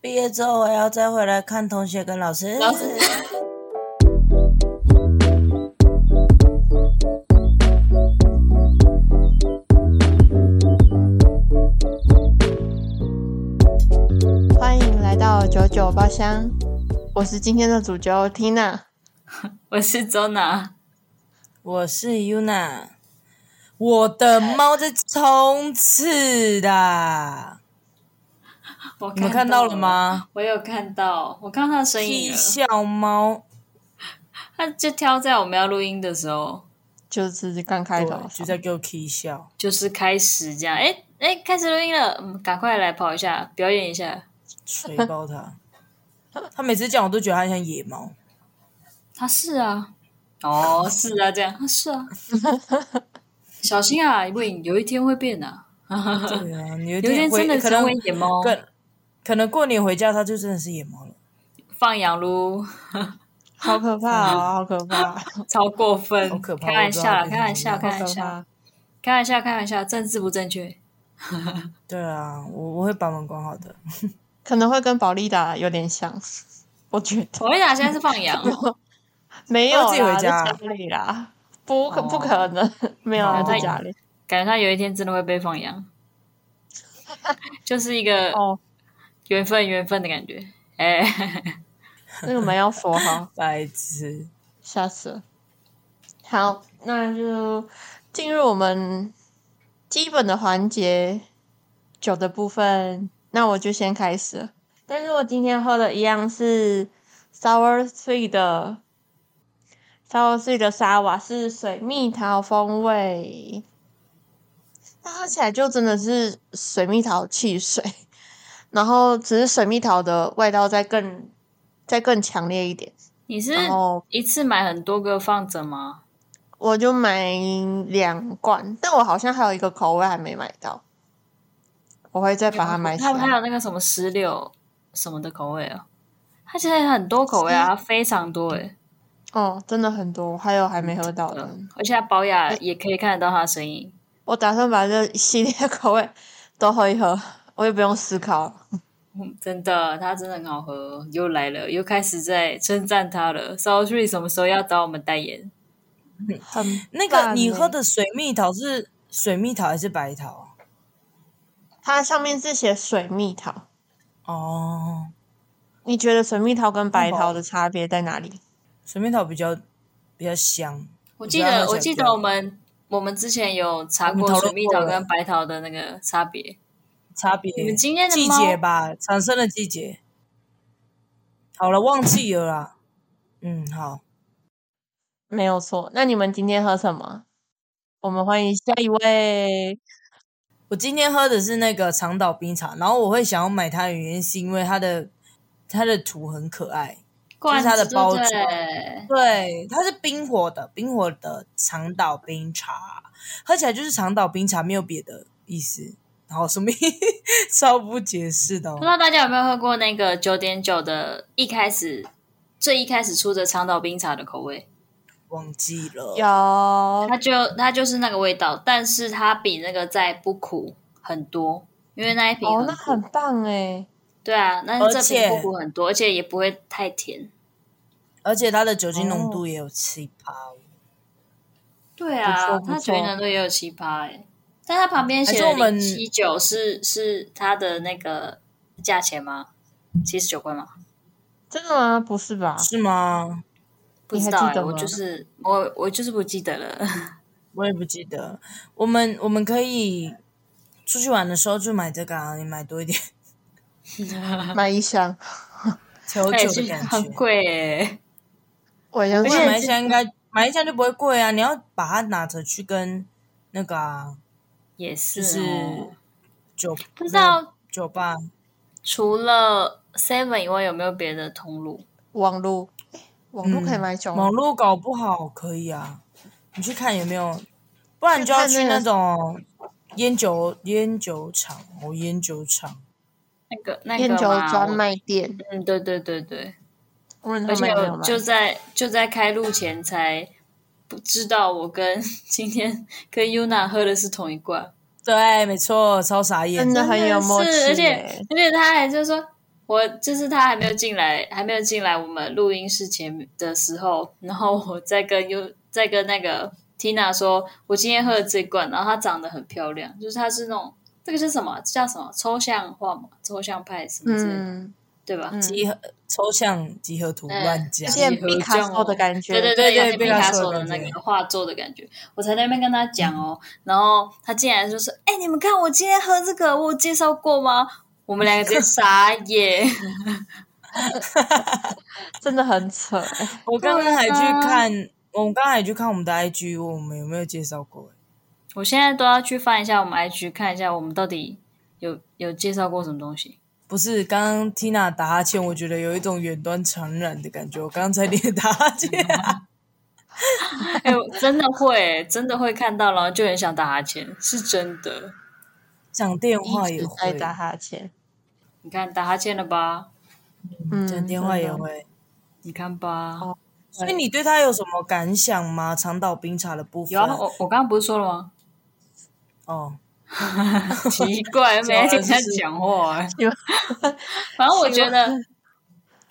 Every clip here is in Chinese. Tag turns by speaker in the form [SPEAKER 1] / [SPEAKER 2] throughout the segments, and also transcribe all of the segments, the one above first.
[SPEAKER 1] 毕业之后还要再回来看同学跟老师。
[SPEAKER 2] 老师，
[SPEAKER 3] 欢迎来到九九包厢，我是今天的主角 Tina。
[SPEAKER 2] 我是周娜，
[SPEAKER 1] 我是 Yuna，我的猫在冲刺的，
[SPEAKER 2] 我
[SPEAKER 1] 你们看到了？吗？
[SPEAKER 2] 我有看到，我看到它的声音
[SPEAKER 1] 踢
[SPEAKER 2] 了。
[SPEAKER 1] 笑猫，
[SPEAKER 2] 它就挑在我们要录音的时候，
[SPEAKER 3] 就是刚开
[SPEAKER 1] 对
[SPEAKER 3] 头，
[SPEAKER 1] 就在给我踢笑。
[SPEAKER 2] 就是开始这样。哎哎，开始录音了，嗯，赶快来跑一下，表演一下。
[SPEAKER 1] 锤爆它！ 它每次讲我都觉得它很像野猫，
[SPEAKER 2] 他是啊，哦，是啊，这样，他是啊。小心啊，不然有一天会变的、啊，
[SPEAKER 1] 对啊，你有
[SPEAKER 2] 有
[SPEAKER 1] 点
[SPEAKER 2] 一天
[SPEAKER 1] 回
[SPEAKER 2] 真的
[SPEAKER 1] 可
[SPEAKER 2] 成
[SPEAKER 1] 能
[SPEAKER 2] 为野猫，
[SPEAKER 1] 可可能过年回家它就真的是野猫了。
[SPEAKER 2] 放羊撸，
[SPEAKER 3] 好可怕哦，好可怕，
[SPEAKER 2] 超过分，
[SPEAKER 1] 好可怕
[SPEAKER 2] 开玩笑
[SPEAKER 1] 我
[SPEAKER 2] 啦，
[SPEAKER 1] 不知道
[SPEAKER 2] 开玩笑，开
[SPEAKER 3] 好可
[SPEAKER 2] 玩笑，
[SPEAKER 3] 怕！
[SPEAKER 2] 开玩笑，开玩笑，政治不正确。
[SPEAKER 1] 对啊，我我会把门关好的。
[SPEAKER 3] 可能会跟保利达有点像， 我觉得
[SPEAKER 2] 我跟你讲，现在是 放羊哦、
[SPEAKER 3] 没有啦
[SPEAKER 1] 自己回家
[SPEAKER 3] 在家里啦，不可
[SPEAKER 2] 哦
[SPEAKER 3] 不可能，没有啦
[SPEAKER 1] 哦
[SPEAKER 3] 在家里
[SPEAKER 2] 感觉他有一天真的会被放 羊，就是一个
[SPEAKER 3] 哦，
[SPEAKER 2] 缘分缘分的感觉。哎、
[SPEAKER 3] 那个门要锁好。
[SPEAKER 1] 白痴，
[SPEAKER 3] 吓死了。好，那就进入我们基本的环节酒的部分。那我就先开始了。但是我今天喝的一样是 sour three 的 sour three 的沙瓦是水蜜桃风味，那喝起来就真的是水蜜桃汽水，然后只是水蜜桃的味道再更再更强烈一点，
[SPEAKER 2] 你是
[SPEAKER 3] 然后
[SPEAKER 2] 一次买很多个放着吗？
[SPEAKER 3] 我就买两罐，但我好像还有一个口味还没买到，我会再把它买起
[SPEAKER 2] 它还
[SPEAKER 3] 来。
[SPEAKER 2] 有那个什么石榴什么的口味啊，它现在有很多口味啊，它非常多哎、
[SPEAKER 3] 哦，真的很多，还有还没喝到的。
[SPEAKER 2] 嗯，而且它保养
[SPEAKER 3] 哎
[SPEAKER 2] 也可以看得到它的声音。
[SPEAKER 3] 我打算把这一系列口味都喝一喝，我也不用思考了。
[SPEAKER 2] 嗯真的，它真的很好喝，又来了，又开始在称赞它了。Sour Tree 什么时候要找我们代言？
[SPEAKER 3] 很
[SPEAKER 1] 那
[SPEAKER 3] 棒
[SPEAKER 1] 个你
[SPEAKER 3] 耶
[SPEAKER 1] 喝，的水蜜桃是水蜜桃还是白桃啊
[SPEAKER 3] 它上面是写水蜜桃，
[SPEAKER 1] 啊？哦，
[SPEAKER 3] 你觉得水蜜桃跟白桃的差别在哪里？
[SPEAKER 1] 水蜜桃比较比较香。
[SPEAKER 2] 我记
[SPEAKER 1] 比较喝
[SPEAKER 2] 得，
[SPEAKER 1] 起来
[SPEAKER 2] 我记
[SPEAKER 1] 比较
[SPEAKER 2] 得我们我们之前有查
[SPEAKER 1] 我
[SPEAKER 2] 过
[SPEAKER 1] 们讨
[SPEAKER 2] 水
[SPEAKER 1] 论
[SPEAKER 2] 蜜
[SPEAKER 1] 过
[SPEAKER 2] 桃
[SPEAKER 1] 了
[SPEAKER 2] 跟白桃的那个差别。
[SPEAKER 1] 差别。
[SPEAKER 2] 你们今天的
[SPEAKER 1] 季
[SPEAKER 2] 猫
[SPEAKER 1] 节吧，产生的季节。好了，忘记了啦。嗯，好，
[SPEAKER 3] 没有错。那你们今天喝什么？我们欢迎下一位。
[SPEAKER 1] 我今天喝的是那个长岛冰茶，然后我会想要买它的原因是因为它的它的图很可爱，
[SPEAKER 2] 罐
[SPEAKER 1] 它的
[SPEAKER 2] 子
[SPEAKER 1] 包
[SPEAKER 2] 对不
[SPEAKER 1] 装
[SPEAKER 2] 对
[SPEAKER 1] 对，它是冰火的，冰火的长岛冰茶，喝起来就是长岛冰茶，没有别的意思。 然后什么意超不解释的、
[SPEAKER 2] 不知
[SPEAKER 1] 哦，
[SPEAKER 2] 道大家有没有喝过那个九点九的，一开始最一开始出的长岛冰茶的口味，
[SPEAKER 1] 忘记了。
[SPEAKER 3] 有
[SPEAKER 2] 它就它就是那个味道，但是它比那个在不苦很多，因为那一瓶
[SPEAKER 3] 哦，那
[SPEAKER 2] 苦
[SPEAKER 3] 很棒哎。
[SPEAKER 2] 对啊，但是
[SPEAKER 1] 而
[SPEAKER 2] 这
[SPEAKER 1] 且
[SPEAKER 2] 瓶不苦很多，而且也不会太甜。
[SPEAKER 1] 而且它的酒精浓
[SPEAKER 3] 哦
[SPEAKER 1] 度也有七趴、
[SPEAKER 2] 对
[SPEAKER 3] 不
[SPEAKER 2] 啊
[SPEAKER 3] 错，不
[SPEAKER 2] 它酒精
[SPEAKER 3] 错
[SPEAKER 2] 浓度也有七趴哎，但它旁边
[SPEAKER 1] 还
[SPEAKER 2] 写
[SPEAKER 1] 是
[SPEAKER 2] 的
[SPEAKER 1] 我们
[SPEAKER 2] 零七九是是它的那个价钱吗？七十九块吗？
[SPEAKER 3] 真的吗？不是 吧？
[SPEAKER 1] 是吗？
[SPEAKER 2] 不
[SPEAKER 3] 你
[SPEAKER 2] 知
[SPEAKER 3] 还
[SPEAKER 2] 道
[SPEAKER 3] 记
[SPEAKER 2] 哎、
[SPEAKER 3] 得
[SPEAKER 2] 我
[SPEAKER 3] 吗
[SPEAKER 2] 就是我我就是不记得了。
[SPEAKER 1] 我也不记得。我们我们可以出去玩的时候就买这个啊，你买多一点，
[SPEAKER 3] 买一箱，
[SPEAKER 1] 才有
[SPEAKER 2] 对，
[SPEAKER 1] 酒
[SPEAKER 2] 就
[SPEAKER 1] 的
[SPEAKER 2] 是
[SPEAKER 1] 感
[SPEAKER 2] 很
[SPEAKER 1] 觉。
[SPEAKER 2] 贵欸耶，
[SPEAKER 3] 我想
[SPEAKER 1] 而
[SPEAKER 2] 而且
[SPEAKER 1] 且
[SPEAKER 3] 买
[SPEAKER 1] 买一箱应该买一箱就不会贵啊，你要把它拿着去跟那个啊，
[SPEAKER 2] 也
[SPEAKER 1] 就
[SPEAKER 2] 是哦。
[SPEAKER 1] 是酒
[SPEAKER 2] 不知道
[SPEAKER 1] 酒吧
[SPEAKER 2] 除了 Seven 以外有没有别的通路？
[SPEAKER 3] 网络，诶网络可以买酒吗
[SPEAKER 1] 网？络搞不好可以啊，你去看有没有，不然你就要
[SPEAKER 3] 去
[SPEAKER 1] 去
[SPEAKER 3] 看那
[SPEAKER 1] 那
[SPEAKER 3] 个
[SPEAKER 1] 种烟酒烟酒厂哦，烟酒厂。
[SPEAKER 2] 那个那个
[SPEAKER 3] 烟酒
[SPEAKER 2] 嘛
[SPEAKER 3] 专
[SPEAKER 2] 我
[SPEAKER 3] 卖店，
[SPEAKER 2] 嗯，对对对对，
[SPEAKER 3] 无论他们
[SPEAKER 2] 而且
[SPEAKER 3] 有没有
[SPEAKER 2] 我
[SPEAKER 3] 买，
[SPEAKER 2] 就在就在开录前才不知道我跟今天跟 Yuna 喝的是同一罐，
[SPEAKER 1] 对，没错，超傻眼
[SPEAKER 3] 真的很有默契
[SPEAKER 2] 是而且
[SPEAKER 3] 耶。
[SPEAKER 2] 而且他还就说我就是他还没有进来，还没有进来我们录音室前的时候，然后我在跟又在跟那个 Tina 说，我今天喝了这罐，然后它长得很漂亮，就是它是那种这个是什么？这叫什么？抽象画嘛，抽象派什么之类的，
[SPEAKER 3] 嗯，
[SPEAKER 2] 对吧？
[SPEAKER 3] 嗯
[SPEAKER 1] 集合抽象集合图
[SPEAKER 2] 嗯
[SPEAKER 1] 乱
[SPEAKER 3] 有
[SPEAKER 1] 讲，
[SPEAKER 2] 集合
[SPEAKER 3] 点毕卡索的感觉，
[SPEAKER 2] 对对
[SPEAKER 1] 对
[SPEAKER 2] 对，有
[SPEAKER 1] 对
[SPEAKER 2] 点
[SPEAKER 1] 毕
[SPEAKER 2] 毕
[SPEAKER 1] 卡
[SPEAKER 2] 卡
[SPEAKER 1] 索
[SPEAKER 2] 索
[SPEAKER 1] 的
[SPEAKER 2] 的那
[SPEAKER 1] 感觉
[SPEAKER 2] 个画作的感觉。我才在那边跟他讲哦，然后他竟然就是，哎、你们看我今天喝这个，我有介绍过吗？我们两个直接傻眼。
[SPEAKER 3] 真的很扯欸。
[SPEAKER 1] 我刚刚还去
[SPEAKER 2] 对啊
[SPEAKER 1] 看，我们刚刚还去看我们的 IG，我们有没有介绍过？欸
[SPEAKER 2] 我现在都要去翻一下我们 IG，看一下我们到底有有介绍过什么东西。
[SPEAKER 1] 不是，刚刚 Tina 打哈欠，我觉得有一种远端传染的感觉。我刚才也打哈欠、
[SPEAKER 3] 嗯
[SPEAKER 2] 哎、我真的会，真的会看到，然后就很想打哈欠，是真的。
[SPEAKER 1] 讲电话
[SPEAKER 3] 欸一
[SPEAKER 1] 也
[SPEAKER 3] 直
[SPEAKER 1] 会
[SPEAKER 3] 在，打哈欠，
[SPEAKER 2] 你看打哈欠了吧？
[SPEAKER 3] 嗯，
[SPEAKER 1] 讲电话也
[SPEAKER 3] 真的
[SPEAKER 1] 会。
[SPEAKER 2] 你看吧，
[SPEAKER 3] 哦
[SPEAKER 1] 所以你对他有什么感想吗？长岛冰茶的部分
[SPEAKER 2] 有啊，我我刚刚不是说了吗？
[SPEAKER 1] 哦，
[SPEAKER 2] 奇怪，没听他讲话、哎
[SPEAKER 3] 有
[SPEAKER 2] 反正我觉得，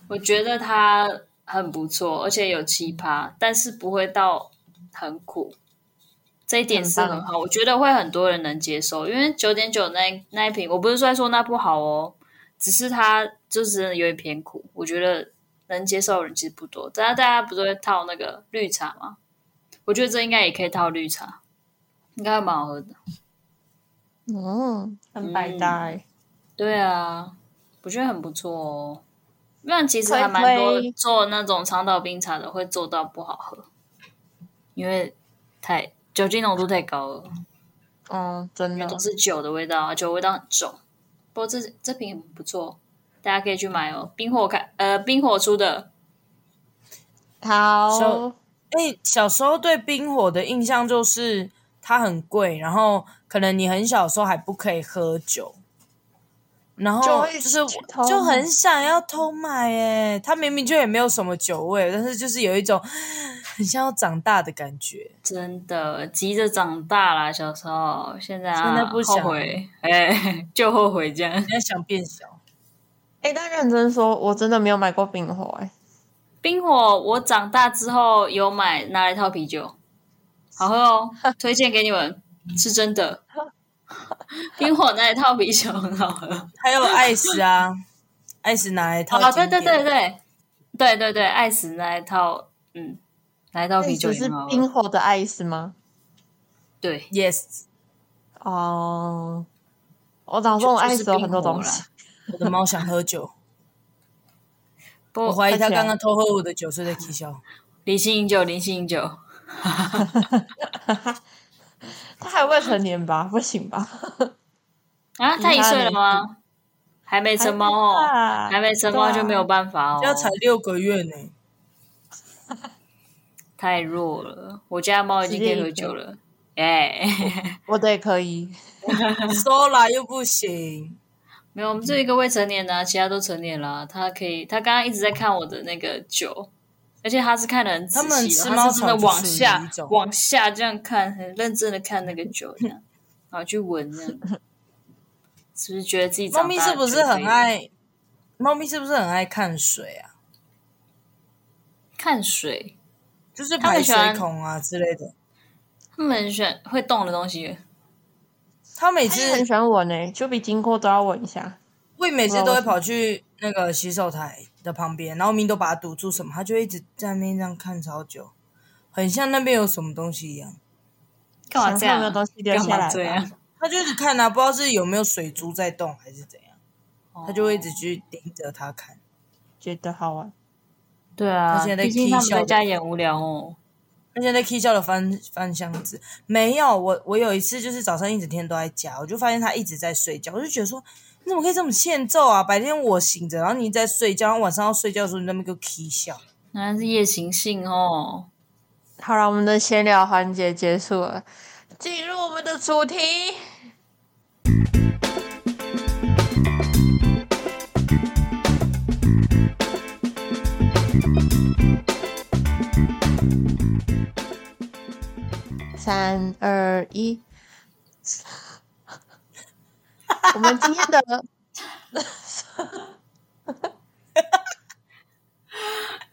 [SPEAKER 2] 我觉得他很不错，而且有奇葩，但是不会到很苦，这一点是
[SPEAKER 3] 很棒
[SPEAKER 2] 很好。我觉得会很多人能接受，因为九点九那那一瓶，我不是在说那不好哦，只是它就真的有点偏苦，我觉得能接受的人其实不多。但是大家不是会套那个绿茶吗？我觉得这应该也可以套绿茶，应该蛮好喝的。
[SPEAKER 3] 嗯，很百搭欸，
[SPEAKER 2] 对啊，我觉得很不错哦。那其实
[SPEAKER 3] 推
[SPEAKER 2] 还蛮多
[SPEAKER 3] 推
[SPEAKER 2] 做那种长岛冰茶的会做到不好喝，因为太酒精浓度太高了，
[SPEAKER 3] 嗯，真
[SPEAKER 2] 因为
[SPEAKER 3] 的
[SPEAKER 2] 都，是酒的味道啊，酒味道很重。不过这这瓶很不错，大家可以去买哦。冰火开呃冰火出的，
[SPEAKER 3] 好
[SPEAKER 1] 小，哎、小时候对冰火的印象就是它很贵，然后可能你很小的时候还不可以喝酒，然
[SPEAKER 3] 就
[SPEAKER 1] 后
[SPEAKER 3] 会
[SPEAKER 1] 就是
[SPEAKER 3] 去偷
[SPEAKER 1] 就
[SPEAKER 3] 买
[SPEAKER 1] 很想要偷买哎，它明明就也没有什么酒味，但是就是有一种 很像要长大的感觉。
[SPEAKER 2] 真的急着长大啦，小时候现在、啊、
[SPEAKER 1] 现在不
[SPEAKER 2] 后
[SPEAKER 1] 想
[SPEAKER 2] 悔，哎、 就后悔这样。
[SPEAKER 1] 你在想变小，
[SPEAKER 3] 哎，但认真说，我真的没有买过冰火，哎，
[SPEAKER 2] 冰火，我长大之后有买拿来套啤酒，好喝 哦，推荐给你们，是真的。冰火拿来套啤酒很好喝。
[SPEAKER 1] 还有艾斯啊，艾斯拿来套
[SPEAKER 2] 哦，对
[SPEAKER 1] 经
[SPEAKER 2] 对
[SPEAKER 1] 典
[SPEAKER 2] 对对对对对，爱死拿来套，嗯，拿来套
[SPEAKER 3] 那
[SPEAKER 2] 啤酒
[SPEAKER 3] 只
[SPEAKER 2] 也
[SPEAKER 3] 是
[SPEAKER 2] 很好喝。
[SPEAKER 3] 冰火的爱是吗？
[SPEAKER 2] 对，
[SPEAKER 1] ，yes，
[SPEAKER 3] 哦，我脑中的爱有很多东西，
[SPEAKER 1] 我的猫想喝酒，我
[SPEAKER 2] 不，
[SPEAKER 1] 怀疑它
[SPEAKER 3] 看起来
[SPEAKER 1] 刚刚偷喝我的酒，所以在起笑。
[SPEAKER 2] 理性饮酒，理性饮酒，
[SPEAKER 3] 他还未成年吧？不行吧？
[SPEAKER 2] 啊，他一岁了吗？还没成猫哦，
[SPEAKER 3] 还啊
[SPEAKER 2] 还没成猫就没有办法哦，
[SPEAKER 1] 要才六个月呢，
[SPEAKER 2] 太弱了。我家的猫已经可以喝酒了，耶。
[SPEAKER 3] 我的也可以，
[SPEAKER 1] 收啦又不行，
[SPEAKER 2] 没有，我们就一个未成年的、啊，其他都成年了啊、他可以，他刚刚一直在看我的那个酒，而且他是看的很仔
[SPEAKER 1] 他们
[SPEAKER 2] 细
[SPEAKER 1] 吃
[SPEAKER 2] 的，
[SPEAKER 1] 猫
[SPEAKER 2] 他是真的
[SPEAKER 1] 草就
[SPEAKER 2] 往
[SPEAKER 1] 属于一
[SPEAKER 2] 下
[SPEAKER 1] 种
[SPEAKER 2] 往下这样看，很认真的看那个酒，这样，然后去闻这样，是不是觉得自己
[SPEAKER 1] 猫
[SPEAKER 2] 长大
[SPEAKER 1] 咪
[SPEAKER 2] 了
[SPEAKER 1] 是不是
[SPEAKER 2] 就可
[SPEAKER 1] 很
[SPEAKER 2] 以
[SPEAKER 1] 爱？猫咪是不是很爱看水啊？
[SPEAKER 2] 看水？
[SPEAKER 1] 就是
[SPEAKER 2] 它
[SPEAKER 1] 排
[SPEAKER 2] 很喜
[SPEAKER 1] 水
[SPEAKER 2] 欢
[SPEAKER 1] 孔啊之类的。
[SPEAKER 2] 他们很喜欢会动的东西，
[SPEAKER 1] 它每
[SPEAKER 3] 他
[SPEAKER 1] 次
[SPEAKER 3] 也很喜欢闻诶，就比经过都要闻一下。
[SPEAKER 1] 会每次
[SPEAKER 3] 不知道
[SPEAKER 1] 都
[SPEAKER 3] 为
[SPEAKER 1] 会
[SPEAKER 3] 什么
[SPEAKER 1] 跑去那个洗手台的旁边，然后明都把它堵住什么，它就一直在那边这样看超久，很像那边有什么东西一样。
[SPEAKER 2] 干嘛
[SPEAKER 3] 想
[SPEAKER 2] 这
[SPEAKER 3] 看有没
[SPEAKER 2] 样
[SPEAKER 3] 有
[SPEAKER 2] 啊？
[SPEAKER 3] 东西掉
[SPEAKER 2] 干
[SPEAKER 3] 下
[SPEAKER 2] 嘛
[SPEAKER 3] 来
[SPEAKER 2] 这
[SPEAKER 3] 吧？
[SPEAKER 2] 样？
[SPEAKER 1] 它就一直看啊，不知道是有没有水珠在动还是怎样，它就会一直
[SPEAKER 2] 哦
[SPEAKER 1] 去盯着它看。
[SPEAKER 3] 觉得好玩。
[SPEAKER 2] 对啊
[SPEAKER 1] 它，现在在
[SPEAKER 2] 毕竟他们
[SPEAKER 1] 踢笑
[SPEAKER 2] 在
[SPEAKER 1] 的
[SPEAKER 2] 家也很无聊哦。
[SPEAKER 1] 而且在 K 笑的翻翻箱子，没有我我有一次就是早上一整天都在家，我就发现它一直在睡觉，我就觉得说你怎么可以这么欠揍啊？白天我醒着，然后你一直在睡觉，然后晚上要睡觉的时候你在那边给我 K 笑。
[SPEAKER 2] 原来是夜行性哦。
[SPEAKER 3] 好了，我们的闲聊环节结束了，进入我们的主题。三二一， 我们今天的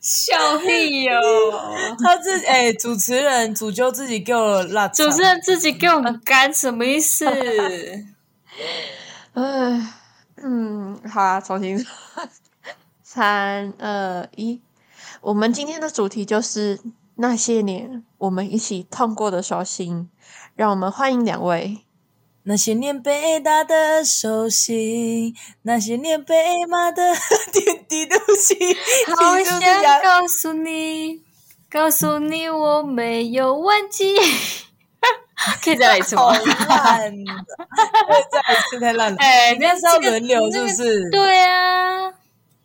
[SPEAKER 2] 笑屁 哟、
[SPEAKER 1] 他自 哎、主持人主揪自己给我辣肠，
[SPEAKER 2] 主持人自己给我们干，什么 意思？
[SPEAKER 3] 哎，嗯，好啊，重新 说。三二一，我们今天的主题就是那些年我们一起痛过的手心，让我们欢迎两位。
[SPEAKER 1] 那些年被打的手心，那些年被骂的点滴都心，
[SPEAKER 2] 好
[SPEAKER 1] 你是不
[SPEAKER 2] 想
[SPEAKER 1] 是想
[SPEAKER 2] 告诉你，告诉你我没有忘 记。可以再来一次吗
[SPEAKER 1] 好？哎烂， 再来一次太烂了。
[SPEAKER 2] 哎、
[SPEAKER 1] 你那是要轮流是不是？
[SPEAKER 2] 对啊，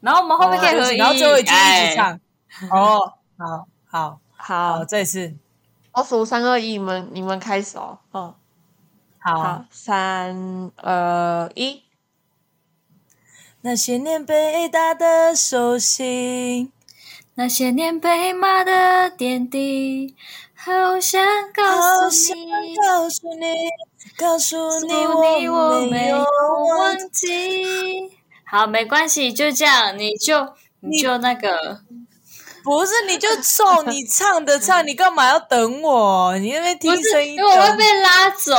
[SPEAKER 2] 然后我们后面可以合一，
[SPEAKER 1] 哦然后最后一句一
[SPEAKER 2] 哎
[SPEAKER 1] 起 唱。哦，好好好，
[SPEAKER 3] 好，
[SPEAKER 1] 这一次
[SPEAKER 3] 我数三二一，你们你们开始哦。哦，
[SPEAKER 1] 好
[SPEAKER 3] 好。，三二一，
[SPEAKER 1] 那些年被打的手心，
[SPEAKER 2] 那些年被骂的点滴，好想告
[SPEAKER 1] 好
[SPEAKER 2] 诉
[SPEAKER 1] 想
[SPEAKER 2] 你，
[SPEAKER 1] 告诉你，告诉
[SPEAKER 2] 诉
[SPEAKER 1] 你
[SPEAKER 2] 你我
[SPEAKER 1] 我没
[SPEAKER 2] 没有
[SPEAKER 1] 有忘记。
[SPEAKER 2] 忘记。好，没关系，就这样，你就你就那个，
[SPEAKER 1] 不是，你就凑你唱的 唱，你干嘛要等我？你那边
[SPEAKER 2] 不
[SPEAKER 1] 听声
[SPEAKER 2] 是，
[SPEAKER 1] 音
[SPEAKER 2] 因为我会
[SPEAKER 1] 等，
[SPEAKER 2] 被拉走。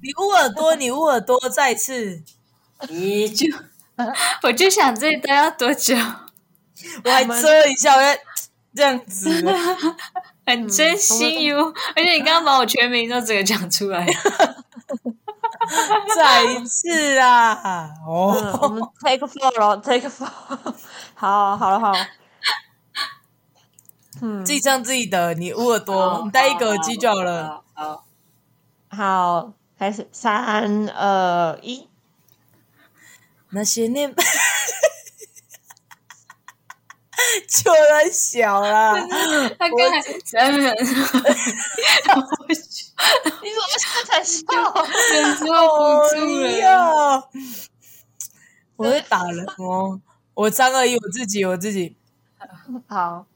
[SPEAKER 1] 你捂耳 朵，你捂耳朵，再次，
[SPEAKER 2] 你就， 我就想这一段要多久？
[SPEAKER 1] 我还遮一下，我要这样 子。
[SPEAKER 2] 很
[SPEAKER 1] 嗯
[SPEAKER 2] 真心哟，而且你刚刚把我全名都整个讲出 来，
[SPEAKER 1] 再一次啊！
[SPEAKER 3] 嗯，我
[SPEAKER 1] 哦，
[SPEAKER 3] 们 take four 咯 t a k e four。好， 好了，好 了。嗯
[SPEAKER 1] 自，己唱自己的，你捂耳朵，
[SPEAKER 2] 好
[SPEAKER 1] 你戴一个耳机
[SPEAKER 2] 哦
[SPEAKER 1] 就好了。。
[SPEAKER 2] 好好好好
[SPEAKER 3] 好，开始，三二一。
[SPEAKER 1] 那些 年，就很小啦，
[SPEAKER 2] 他刚才真人，我
[SPEAKER 3] 你怎么现在才笑？
[SPEAKER 2] 忍住不住
[SPEAKER 1] 不
[SPEAKER 2] 了。
[SPEAKER 1] 要，哎我会打人哦！我三二一，我自己，我自己。
[SPEAKER 3] 好，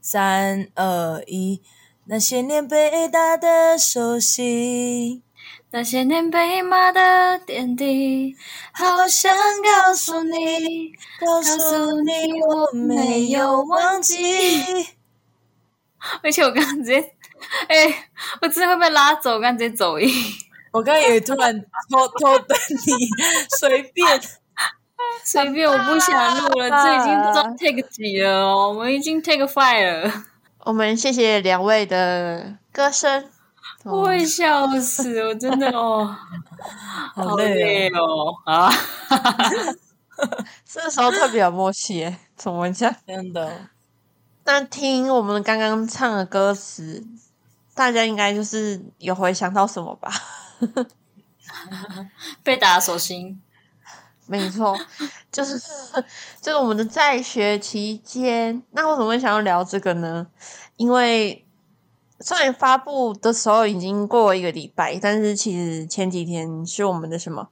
[SPEAKER 1] 三二一，那些年被打的手心，
[SPEAKER 2] 那些年被骂的点滴，好想告诉你，
[SPEAKER 1] 告
[SPEAKER 2] 告
[SPEAKER 1] 诉
[SPEAKER 2] 诉
[SPEAKER 1] 你
[SPEAKER 2] 你
[SPEAKER 1] 我
[SPEAKER 2] 我
[SPEAKER 1] 没
[SPEAKER 2] 没
[SPEAKER 1] 有
[SPEAKER 2] 有
[SPEAKER 1] 忘
[SPEAKER 2] 忘
[SPEAKER 1] 记
[SPEAKER 2] 记。而且我刚刚直接，哎，我真的会被拉走，我刚刚直接走音。
[SPEAKER 1] 我刚也突然偷偷瞪你，随便。
[SPEAKER 2] 随便，我不想录了，这已经不知道 take 几了哦，我们已经 take five 了，
[SPEAKER 3] 我们谢谢两位的歌声。
[SPEAKER 1] 哦
[SPEAKER 2] 我会笑死，我真的哦，
[SPEAKER 1] 好
[SPEAKER 2] 好
[SPEAKER 1] 累
[SPEAKER 2] 累哦啊！
[SPEAKER 3] 这时候特别有默契耶， 怎么讲？
[SPEAKER 1] 真的，
[SPEAKER 3] 那听我们刚刚唱的歌词，大家应该就是有回想到什么吧？
[SPEAKER 2] 被打手心，
[SPEAKER 3] 没错， 就是就是我们的在学期间，那为什么会想要聊这个呢？因为虽然发布的时候已经过了一个礼拜，但是其实前几天是我们的什么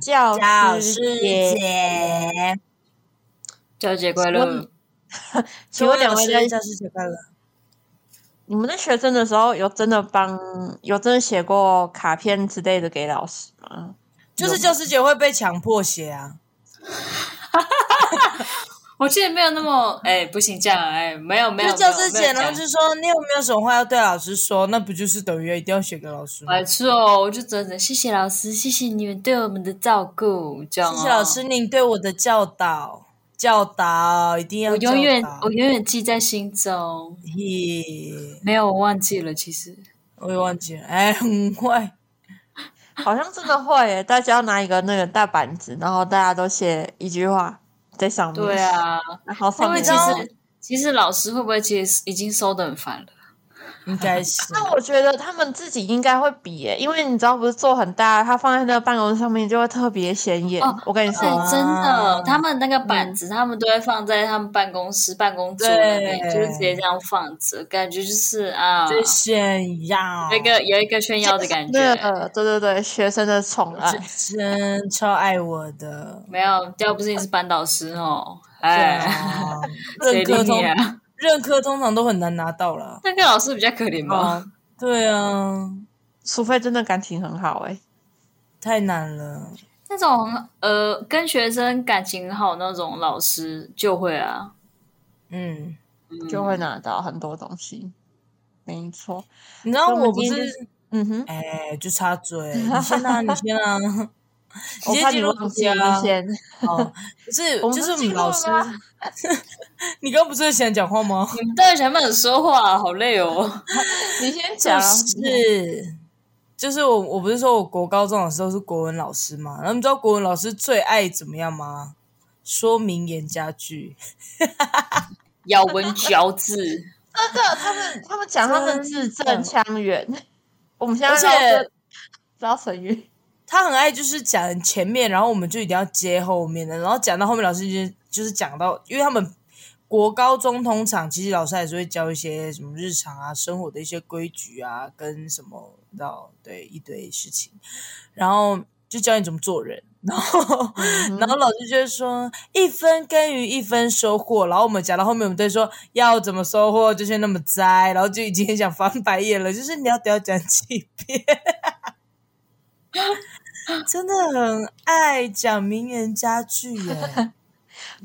[SPEAKER 3] 教节。
[SPEAKER 1] 节，
[SPEAKER 2] 教姐快
[SPEAKER 3] 什么
[SPEAKER 2] 乐！
[SPEAKER 3] 请问两位在
[SPEAKER 1] 教师节快乐。
[SPEAKER 3] 你们在学生的时候有真的帮有真的写过卡片之类的给老师吗？
[SPEAKER 1] 就是教师节会被强迫写啊，
[SPEAKER 2] 我记得没有那么，哎，不行，这样，哎，没有没
[SPEAKER 1] 就
[SPEAKER 2] 有，
[SPEAKER 1] 是教师
[SPEAKER 2] 没
[SPEAKER 1] 节，
[SPEAKER 2] 有
[SPEAKER 1] 然后就说你有没有什么话要对老师说？那不就是等于一定要写给老师吗
[SPEAKER 2] 没？错，哦我就真的谢谢老师，谢谢你们对我们的照顾，这样、哦，
[SPEAKER 1] 谢谢老师，您对我的教导，教导一定要
[SPEAKER 2] 我
[SPEAKER 1] 教导。
[SPEAKER 2] 永远我永远记在心中，
[SPEAKER 1] 嘿，
[SPEAKER 2] 没有我忘记了，其实。
[SPEAKER 1] 我也忘记了，哎，很坏。
[SPEAKER 3] 好像真的会耶，大家要拿一个那个大板子，然后大家都写一句话在上面。
[SPEAKER 2] 对，啊，
[SPEAKER 3] 然后
[SPEAKER 2] 因
[SPEAKER 3] 上
[SPEAKER 2] 为
[SPEAKER 3] 面
[SPEAKER 2] 其
[SPEAKER 1] 然后
[SPEAKER 2] 实其实老师会不会其实已经收的很烦了？
[SPEAKER 1] 应该 是，
[SPEAKER 3] 那我觉得他们自己应该会比耶，因为你知道不是做很大，它放在那个办公室上面就会特别显眼。
[SPEAKER 2] 哦
[SPEAKER 3] 我跟你
[SPEAKER 2] 是
[SPEAKER 3] 说，
[SPEAKER 1] 啊
[SPEAKER 2] 真的，他们那个板
[SPEAKER 1] 嗯
[SPEAKER 2] 子，他们都会放在他们办公室办公桌那边，
[SPEAKER 1] 对
[SPEAKER 2] 就是直接这样放着，感觉就是啊，
[SPEAKER 1] 这炫耀，
[SPEAKER 2] 有一个有一个炫耀的感
[SPEAKER 3] 那
[SPEAKER 2] 觉。
[SPEAKER 3] 个对对对，学生的宠 爱。
[SPEAKER 1] 真超爱我 的，
[SPEAKER 2] 没有，要不是你是班导师哦，
[SPEAKER 1] 对
[SPEAKER 2] 哎，
[SPEAKER 1] 啊，任
[SPEAKER 2] 谁理
[SPEAKER 1] 课通
[SPEAKER 2] 你啊？
[SPEAKER 1] 任课通常都很难拿到了。
[SPEAKER 2] 那个老师比较可怜
[SPEAKER 3] 哦
[SPEAKER 2] 哦
[SPEAKER 1] 哦
[SPEAKER 2] 吧？
[SPEAKER 1] 对啊，
[SPEAKER 3] 除非真的感情很好哎，
[SPEAKER 1] 太难了。
[SPEAKER 2] 那 种呃，跟学生感情好那种老师就会啊，
[SPEAKER 1] 嗯，
[SPEAKER 3] 就会拿到很多东西。没错，
[SPEAKER 1] 你知道
[SPEAKER 3] 所以我们
[SPEAKER 1] 我不
[SPEAKER 3] 今天
[SPEAKER 1] 是
[SPEAKER 3] 就嗯哼，
[SPEAKER 1] 哎、就插 嘴，你先啊，你先啊，你
[SPEAKER 3] 我
[SPEAKER 1] 先
[SPEAKER 3] 怕
[SPEAKER 1] 进
[SPEAKER 3] 你
[SPEAKER 1] 入
[SPEAKER 3] 忘
[SPEAKER 1] 主
[SPEAKER 3] 记
[SPEAKER 1] 题
[SPEAKER 3] 了
[SPEAKER 1] 啊
[SPEAKER 3] 一。些。
[SPEAKER 1] 哦，不是，
[SPEAKER 3] 我们
[SPEAKER 1] 就是我
[SPEAKER 3] 进
[SPEAKER 1] 们
[SPEAKER 3] 入
[SPEAKER 1] 老
[SPEAKER 3] 了
[SPEAKER 1] 师
[SPEAKER 3] 吗。
[SPEAKER 1] 你刚刚不是很喜欢讲话吗？
[SPEAKER 2] 你们到底想不想说话、好累哦。
[SPEAKER 3] 你先
[SPEAKER 1] 就
[SPEAKER 3] 讲啊，
[SPEAKER 1] 是，就是我，我不是说我国高中老师都是国文老师嘛，然后你知道国文老师最爱怎么样吗？说名言佳句，
[SPEAKER 2] 咬文嚼字，
[SPEAKER 3] 真的，他们他们讲他们字正腔圆。我们现在
[SPEAKER 1] 而且
[SPEAKER 3] 绕这绕神韵，
[SPEAKER 1] 他很爱就是讲前面，然后我们就一定要接后面的，然后讲到后面老师就就是讲到，因为他们国高中通常其实老师还是会教一些什么日常啊、生活的一些规矩啊，跟什么你知道对一堆事情，然后就教你怎么做人，然后。
[SPEAKER 3] 嗯
[SPEAKER 1] 然后老师就会说一分耕耘一分收获，然后我们讲到后面，我们都会说要怎么收获就是那么栽，然后就已经很想翻白眼了，就是你要不要讲几遍？ 真的很爱讲名言佳句耶，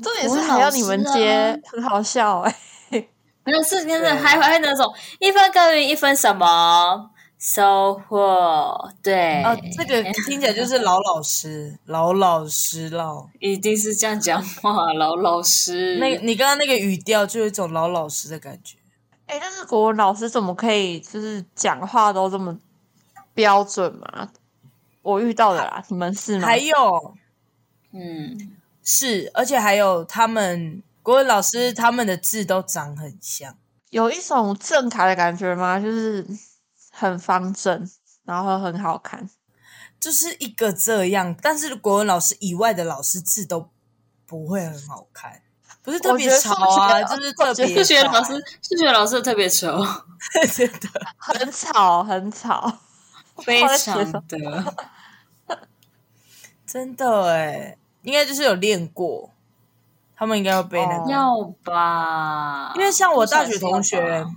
[SPEAKER 3] 重点是啊还要你们接，很好笑哎、
[SPEAKER 2] 没有是真
[SPEAKER 1] 对
[SPEAKER 2] 的，还还有那种一分耕耘一分什么收获，对，
[SPEAKER 1] 啊，这个听起来就是老老师，老老师老，
[SPEAKER 2] 一定是这样讲话，老老师。
[SPEAKER 1] 那你刚刚那个语调就有一种老老师的感觉，
[SPEAKER 3] 哎、但是国文老师怎么可以就是讲话都这么标准嘛？我遇到的啦，你们是吗？
[SPEAKER 1] 还有
[SPEAKER 2] 嗯，
[SPEAKER 1] 是，而且还有他们国文老师他们的字都长很像。
[SPEAKER 3] 有一种正楷的感觉吗？就是很方正，然后很好看。
[SPEAKER 1] 就是一个这样，但是国文老师以外的老师字都不会很好看，不是特别潮啊，
[SPEAKER 3] 我觉得数学
[SPEAKER 1] 就是特别
[SPEAKER 2] 数学老师，数学老师特别 丑，
[SPEAKER 1] 真的
[SPEAKER 3] 很吵，很吵，
[SPEAKER 2] 非
[SPEAKER 3] 我在写
[SPEAKER 2] 常
[SPEAKER 3] 什么
[SPEAKER 2] 的。
[SPEAKER 1] 真的哎，应该就是有练过，他们应该要背那
[SPEAKER 3] 哦
[SPEAKER 1] 个，
[SPEAKER 2] 要吧？
[SPEAKER 1] 因为像我大学同
[SPEAKER 2] 多少是要
[SPEAKER 1] 学
[SPEAKER 2] 吧，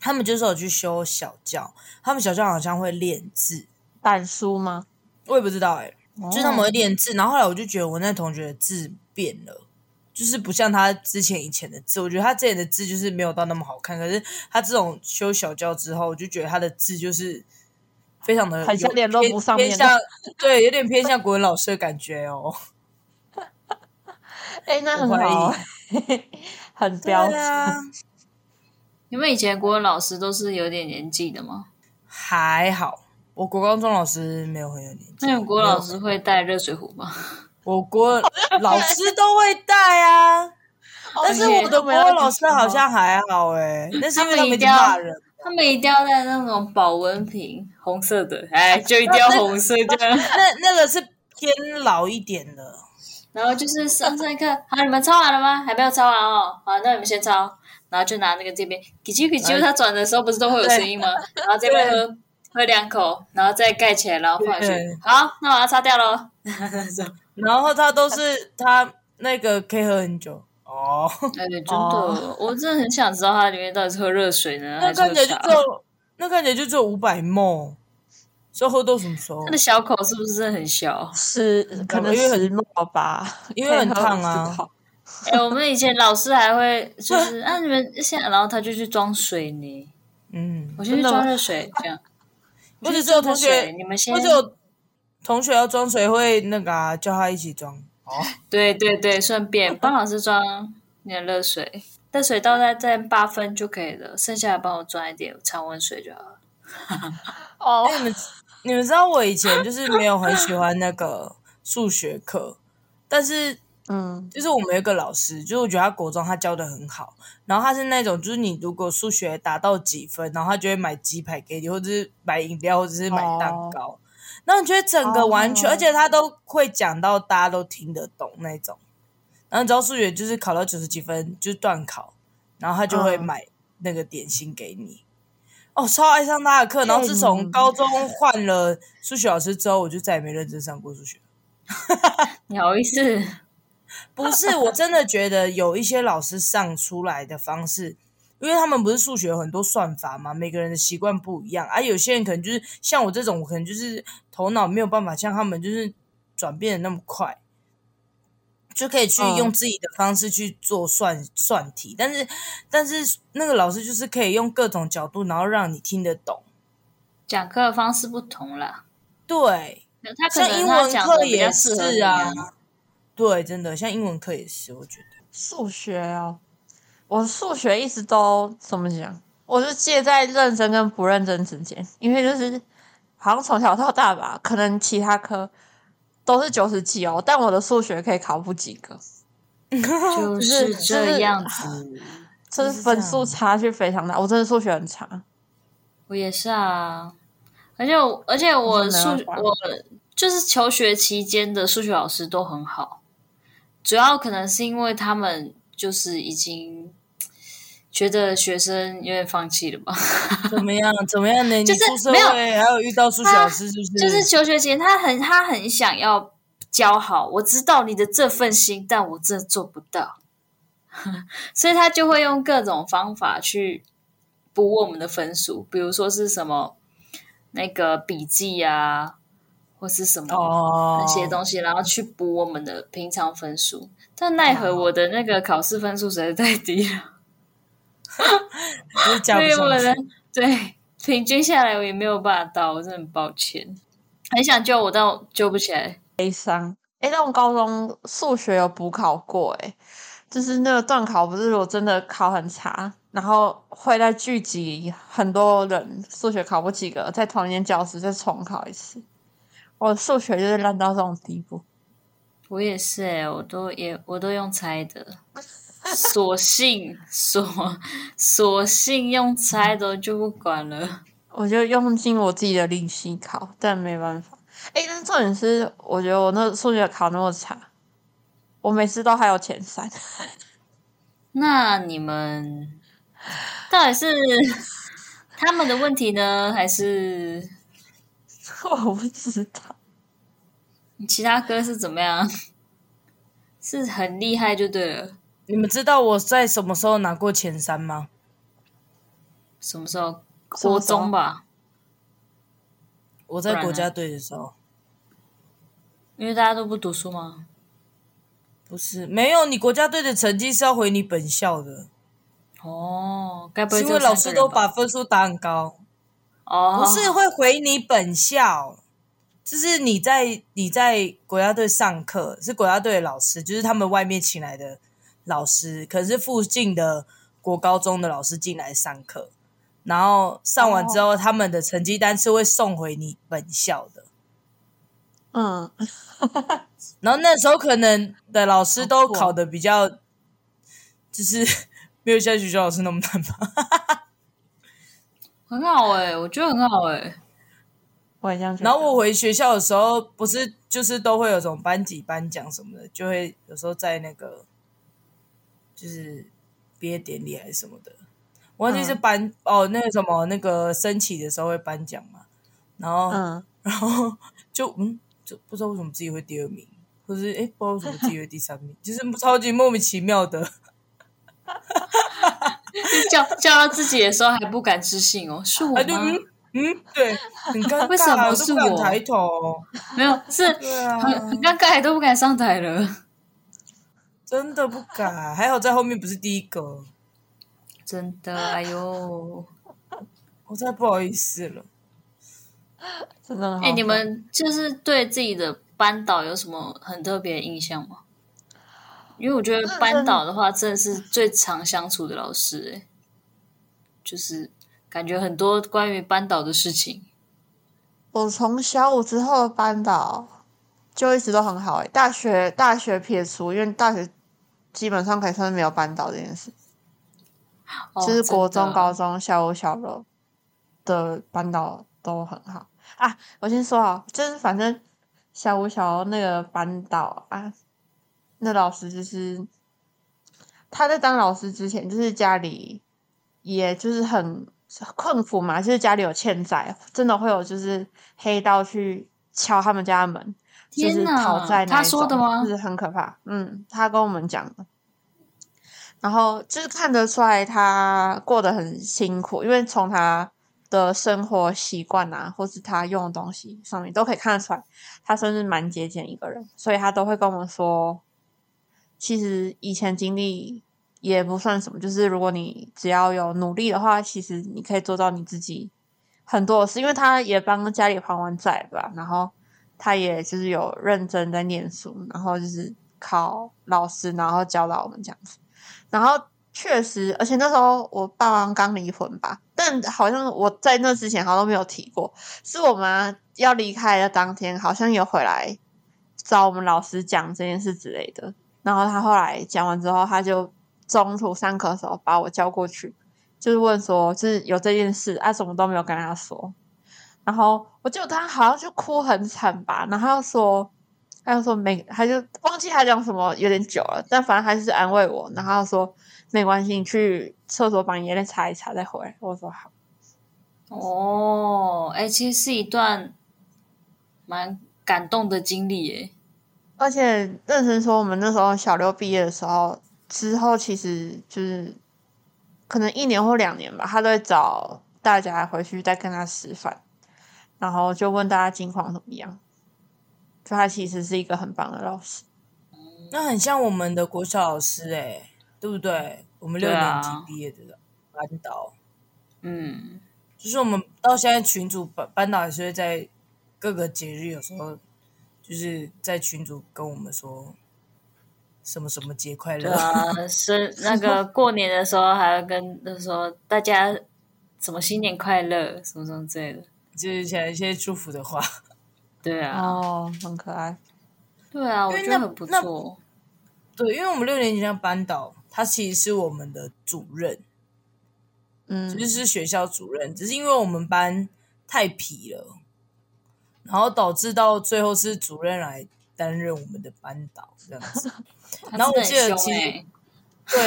[SPEAKER 1] 他们就是有去修小教，他们小教好像会练字，
[SPEAKER 3] 板书吗？
[SPEAKER 1] 我也不知道哎，就是他们
[SPEAKER 3] 哦
[SPEAKER 1] 会练字，然后后来我就觉得我那同学的字变了。就是不像他之前以前的字，我觉得他之前的字就是没有到那么好看。可是他这种修小教之后，我就觉得他的字就是非常的
[SPEAKER 3] 很像联络簿上面的
[SPEAKER 1] 偏向对，有点偏向国文老师的感觉哦。
[SPEAKER 3] 哎、那很
[SPEAKER 1] 我怀疑
[SPEAKER 3] 好， 很 标
[SPEAKER 1] 对
[SPEAKER 3] 准。
[SPEAKER 1] 啊，
[SPEAKER 2] 你们以前国文老师都是有点年纪的吗？
[SPEAKER 1] 还好，我国高中老师没有很有年纪。
[SPEAKER 2] 那你们国文老师会带热水壶吗？
[SPEAKER 1] 我国老师都会带 啊，
[SPEAKER 3] 哦
[SPEAKER 1] 但是我的国文老师好像还好哎、那是因为他们已经骂人了。
[SPEAKER 2] 他们一定要带那种保温瓶，红色 的，哎，就一定要红色这样。
[SPEAKER 1] 那那个是偏老一点的，
[SPEAKER 2] 然后就是上上一课，啊好，你们抄完了吗？还没有抄完哦，好，那你们先抄，然后就拿那个这边，叽叽叽叽，它转的时候不是都会有声音吗？然后这边喝喝两口，然后再盖起来，然后放
[SPEAKER 1] 对
[SPEAKER 2] 下去。好，那我要擦掉喽。
[SPEAKER 1] 然后他都是他那个可以喝很久哦，
[SPEAKER 2] 哎，真的
[SPEAKER 3] 哦，
[SPEAKER 2] 我真的很想知道它里面到底是喝热水呢，
[SPEAKER 1] 那
[SPEAKER 2] 还是
[SPEAKER 1] 看
[SPEAKER 2] 喝
[SPEAKER 1] 起来就
[SPEAKER 2] 茶？
[SPEAKER 1] 只有那看起来就只有五百梦，所以喝到什么时候
[SPEAKER 2] 它？的小口是不是很小？
[SPEAKER 3] 十可能
[SPEAKER 1] 因为很
[SPEAKER 3] 十秒吧，
[SPEAKER 1] 因为很烫
[SPEAKER 3] 可以喝
[SPEAKER 1] 啊
[SPEAKER 3] 十，秒
[SPEAKER 2] 哎、我们以前老师还会就是，啊，你们现在，然后他就去装水泥，
[SPEAKER 1] 嗯，
[SPEAKER 2] 我先去
[SPEAKER 3] 真的吗
[SPEAKER 2] 装热水，这样。
[SPEAKER 1] 或者只有同
[SPEAKER 2] 我先去装热水
[SPEAKER 1] 学，
[SPEAKER 2] 你们先
[SPEAKER 1] 或，者有同学要装水会那个、啊、叫他一起装哦，
[SPEAKER 2] 对对对，顺
[SPEAKER 1] 嗯
[SPEAKER 2] 便帮老师装你的热水，热水倒在在八分就可以了，剩下的帮我装一点常温水就好了。
[SPEAKER 3] 哦，
[SPEAKER 1] 哎你们你们知道我以前就是没有很喜欢那个数学课，但是
[SPEAKER 3] 嗯，
[SPEAKER 1] 就是我们有一个老师，就是我觉得他国中他教的很好，然后他是那种就是你如果数学达到几分，然后他就会买鸡排给你，或者是买饮料，或者是买蛋糕，然后你觉得整个完全，
[SPEAKER 3] 哦
[SPEAKER 1] 而且他都会讲到大家都听得懂那种，然后你知道数学就是考到九十几分就是断考，然后他就会
[SPEAKER 3] 嗯
[SPEAKER 1] 买那个点心给你。哦，超爱上他的课，然后自从
[SPEAKER 3] 嗯
[SPEAKER 1] 高中换了数学老师之后，我就再也没认真上过数学。
[SPEAKER 2] 你好意思？
[SPEAKER 1] 不是，我真的觉得有一些老师上出来的方式，因为他们不是数学有很多算法嘛，每个人的习惯不一样啊。有些人可能就是像我这种，我可能就是头脑没有办法像他们就是转变的那么快。就可以去
[SPEAKER 3] 嗯
[SPEAKER 1] 用自己的方式去做算算题，但是但是那个老师就是可以用各种角度，然后让你听得懂。
[SPEAKER 2] 讲课的方式不同啦，
[SPEAKER 1] 对，
[SPEAKER 2] 他可
[SPEAKER 1] 像
[SPEAKER 2] 能
[SPEAKER 1] 英
[SPEAKER 2] 他
[SPEAKER 1] 文
[SPEAKER 2] 讲的
[SPEAKER 1] 课
[SPEAKER 2] 比较
[SPEAKER 1] 也
[SPEAKER 2] 适合
[SPEAKER 1] 是
[SPEAKER 2] 你
[SPEAKER 1] 啊，对，真的像英文课也是，我觉得
[SPEAKER 3] 数学哦，我数学一直都怎么讲？我是介在认真跟不认真之间，因为就是好像从小到大吧，可能其他科都是九十几哦，但我的数学可以考不及格，
[SPEAKER 1] 啊
[SPEAKER 2] 就
[SPEAKER 3] 就是
[SPEAKER 2] 是
[SPEAKER 3] 就是
[SPEAKER 2] 这样子。
[SPEAKER 1] 就
[SPEAKER 3] 就
[SPEAKER 1] 是是
[SPEAKER 3] 分
[SPEAKER 1] 这样
[SPEAKER 3] 数差距非常大。我真的数学很差，
[SPEAKER 2] 我也是啊，而且我而且我
[SPEAKER 3] 真
[SPEAKER 2] 数
[SPEAKER 3] 的没办法
[SPEAKER 2] 我就是求学期间的数学老师都很好，主要可能是因为他们就是已经觉得学生有点放弃了吧，
[SPEAKER 1] 怎么样？怎么样呢？
[SPEAKER 2] 就是
[SPEAKER 1] 你出社
[SPEAKER 2] 没有
[SPEAKER 1] 会还有遇到数学老师，是不是？
[SPEAKER 2] 就是求学期间他很他很想要教好，我知道你的这份心，但我真的做不到， 所以他就会用各种方法去补我们的分数，比如说是什么那个笔记啊，或是什么
[SPEAKER 1] 哦，
[SPEAKER 2] 那些东西，然后去补我们的平常分数。但奈何
[SPEAKER 1] 哦
[SPEAKER 2] 我的那个考试分数实在是太低了，
[SPEAKER 1] 就是加
[SPEAKER 2] 所
[SPEAKER 1] 不
[SPEAKER 2] 以我
[SPEAKER 1] 上
[SPEAKER 2] 的
[SPEAKER 1] 去。
[SPEAKER 2] 对平均下来我也没有办法到，我真的很抱歉。很想救我，但我救不起来。
[SPEAKER 3] 悲伤。诶，但我高中数学有补考过、诶，就是那个段考，不是我真的考很差，然后会在聚集很多人，数学考不及格，在同一间教室再重考一次。我的数学就是烂到这种地步，
[SPEAKER 2] 我也是哎、我都也我都用猜的，索性索索性用猜的我就不管了。
[SPEAKER 3] 我就用尽我自己的力气考，但没办法。诶，但重点是，我觉得我那数学考那么差，我每次都还有前三。
[SPEAKER 2] 那你们到 底是他们的问题呢，还是
[SPEAKER 3] 我不知道，
[SPEAKER 2] 其他歌是怎么样？是很厉害就对了。
[SPEAKER 1] 你们知道我在什么时候拿过前三吗？
[SPEAKER 2] 什么时候？
[SPEAKER 3] 什么
[SPEAKER 2] 国
[SPEAKER 3] 时候
[SPEAKER 2] 中吧，
[SPEAKER 1] 我
[SPEAKER 2] 不
[SPEAKER 1] 在
[SPEAKER 2] 然
[SPEAKER 1] 国
[SPEAKER 2] 呢
[SPEAKER 1] 家队的时候，
[SPEAKER 2] 因为大家都不读书嘛。
[SPEAKER 1] 不是没有你国家队的成绩是要回你本校的，
[SPEAKER 2] 哦，该不会
[SPEAKER 1] 是因为
[SPEAKER 2] 这三
[SPEAKER 1] 老
[SPEAKER 2] 个
[SPEAKER 1] 师
[SPEAKER 2] 人
[SPEAKER 1] 都把
[SPEAKER 2] 吧
[SPEAKER 1] 分数打很高。
[SPEAKER 2] 哦，
[SPEAKER 1] 不是会回你本校，就是你在你在国家队上课，是国家队的老师，就是他们外面请来的老师，可能是附近的国高中的老师进来上课，然后上完之后，
[SPEAKER 3] 哦
[SPEAKER 1] 他们的成绩单是会送回你本校的。
[SPEAKER 3] 嗯，
[SPEAKER 1] 然后那时候可能的老师
[SPEAKER 3] 好
[SPEAKER 1] 都
[SPEAKER 3] 酷哦
[SPEAKER 1] 考的比较，就是 没有像学校老师那么难吧。
[SPEAKER 2] 很好哎、我觉得很好哎、
[SPEAKER 3] 我也这样觉得。
[SPEAKER 1] 然后我回学校的时候，不是就是都会有种班级颁奖什么的，就会有时候在那个就是毕业典礼还是什么的，我忘记是
[SPEAKER 3] 嗯
[SPEAKER 1] 颁、哦那个什么那个升旗的时候会颁奖嘛，然后、
[SPEAKER 3] 嗯。
[SPEAKER 1] 然后就嗯就不知道为什么自己会第二名，或是哎不知道为什么自己会第三名，就是 超级莫名其妙的。
[SPEAKER 2] 叫叫到自己的时候还不敢置信哦，是我
[SPEAKER 1] 啊，就
[SPEAKER 2] 吗
[SPEAKER 1] 嗯？嗯， 对，很尴
[SPEAKER 2] 为什
[SPEAKER 1] 尬，啊
[SPEAKER 2] 么
[SPEAKER 1] 我
[SPEAKER 2] 是
[SPEAKER 1] 都不敢
[SPEAKER 2] 我
[SPEAKER 1] 抬头，
[SPEAKER 2] 没有，是
[SPEAKER 1] 对 啊
[SPEAKER 2] 很很
[SPEAKER 3] 嗯
[SPEAKER 2] 尴尬，都不敢上 台了，
[SPEAKER 1] 真的不敢。还好在后面不是第一个，
[SPEAKER 2] 真的，哎呦，
[SPEAKER 1] 我太不好意思了。
[SPEAKER 3] 真的很好
[SPEAKER 2] 哎、
[SPEAKER 3] 喝。
[SPEAKER 2] 你们就是对自己的班导有什么很特别的印象吗？因为我觉得班导的话，真的是最常相处的老师、哎，就是感觉很多关于班导的事情，
[SPEAKER 3] 我从小五之后的班导就一直都很好诶、大学大学撇除，因为大学基本上可以算是没有班导这件事，
[SPEAKER 2] 哦、
[SPEAKER 3] 就是国
[SPEAKER 2] 真
[SPEAKER 3] 中、
[SPEAKER 2] 的
[SPEAKER 3] 高中、小五、小六的班导都很好啊。我先说啊，就是反正小五、小六那个班导啊，那老师就是他在当老师之前，就是家里也就是很困苦嘛，就是家里有欠债，真的会有就是黑道去敲他们家的门，就是
[SPEAKER 2] 天哪
[SPEAKER 3] 讨债那
[SPEAKER 2] 他
[SPEAKER 3] 一
[SPEAKER 2] 说的
[SPEAKER 3] 种
[SPEAKER 2] 吗
[SPEAKER 3] 就是很可怕。嗯，他跟我们讲的。然后就是看得出来他过得很辛苦，因为从他的生活习惯啊，或是他用的东西上面都可以看得出来，他算是蛮节俭一个人，所以他都会跟我们说，其实以前经历也不算什么，就是如果你只要有努力的话，其实你可以做到你自己很多的事。因为他也帮家里还完债吧，然后他也就是有认真在念书，然后就是考老师，然后教导我们这样子。然后确实，而且那时候我爸妈刚离婚吧，但好像我在那之前好像都没有提过，是我妈要离开的当天，好像有回来找我们老师讲这件事之类的。然后他后来讲完之后，他就中途上课的时候把我叫过去，就是问说，就是有这件事，啊，什么都没有跟他说。然后我记得他好像就哭很惨吧，然后他就说，他就说没，他就忘记他讲什么，有点久了，但反正他就是安慰我，然后他说没关系，你去厕所把你眼泪擦一擦再回来。我说好，
[SPEAKER 2] 哦，哎、其实是一段蛮感动的经历哎耶。
[SPEAKER 3] 而且认真说，我们那时候小六毕业的时候，之后其实就是可能一年或两年吧，他都会找大家回去再跟他吃饭，然后就问大家近况怎么样。就他其实是一个很棒的老师，
[SPEAKER 2] 嗯
[SPEAKER 1] 那很像我们的国小老师哎、对不对？我们六
[SPEAKER 2] 对
[SPEAKER 1] 年
[SPEAKER 2] 啊
[SPEAKER 1] 级毕业的班导，
[SPEAKER 2] 嗯，
[SPEAKER 1] 就是我们到现在群组班班导也是会在各个节日有时候就是在群组跟我们说什么什么节快
[SPEAKER 2] 对
[SPEAKER 1] 乐，
[SPEAKER 2] 啊， 是那个过年的时候还要跟就说大家什么新年快乐什么什么之类的。
[SPEAKER 1] 就是讲一些祝福的话。
[SPEAKER 2] 对啊，
[SPEAKER 3] 哦，很可爱。
[SPEAKER 2] 对啊，我
[SPEAKER 1] 因为
[SPEAKER 2] 觉得
[SPEAKER 1] 那
[SPEAKER 2] 很不
[SPEAKER 1] 那
[SPEAKER 2] 错。
[SPEAKER 1] 对，因为我们六年级那班导他其实是我们的主任，
[SPEAKER 3] 嗯
[SPEAKER 1] 就是学校主任，只是因为我们班太皮了，然后导致到最后是主任来担任我们的班导这样子。
[SPEAKER 2] 他
[SPEAKER 1] 然后我
[SPEAKER 2] 真
[SPEAKER 1] 记
[SPEAKER 2] 的
[SPEAKER 1] 得其
[SPEAKER 2] 很凶
[SPEAKER 1] 实
[SPEAKER 2] 哎，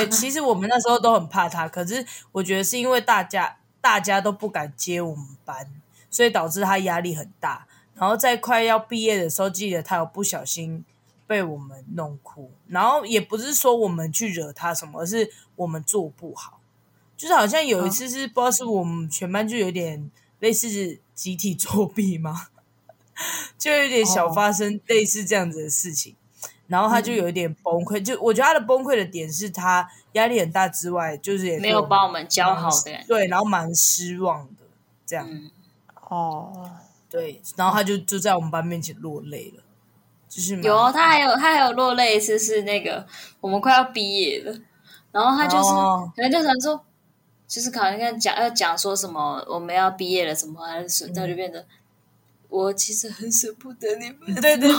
[SPEAKER 1] 对，其实我们那时候都很怕他，可是我觉得是因为大家大家都不敢接我们班，所以导致他压力很大。然后在快要毕业的时候，记得他有不小心被我们弄哭，然后也不是说我们去惹他什么，而是我们做不好。就是好像有一次是、不知道是我们全班就有点类似集体作弊吗？ 就有点小
[SPEAKER 3] 哦
[SPEAKER 1] 发生类似这样子的事情。然后他
[SPEAKER 2] 嗯
[SPEAKER 1] 就有一点崩溃，就我觉得他的崩溃的点是他压力很大之外，就是也
[SPEAKER 2] 没有把我们教好的感觉。
[SPEAKER 1] 对，然后蛮失望的这样，
[SPEAKER 2] 嗯，
[SPEAKER 3] 哦，
[SPEAKER 1] 对，然后他就就在我们班面前落泪了，就是蛮
[SPEAKER 2] 有，啊他还有他还有落泪一次是那个我们快要毕业了，然后他就是
[SPEAKER 1] 哦
[SPEAKER 2] 人家想说，就是好像跟讲要讲说什么我们要毕业了什么，还
[SPEAKER 1] 嗯
[SPEAKER 2] 是他就变得我其实很舍不得你们，
[SPEAKER 1] 对对对，
[SPEAKER 2] 就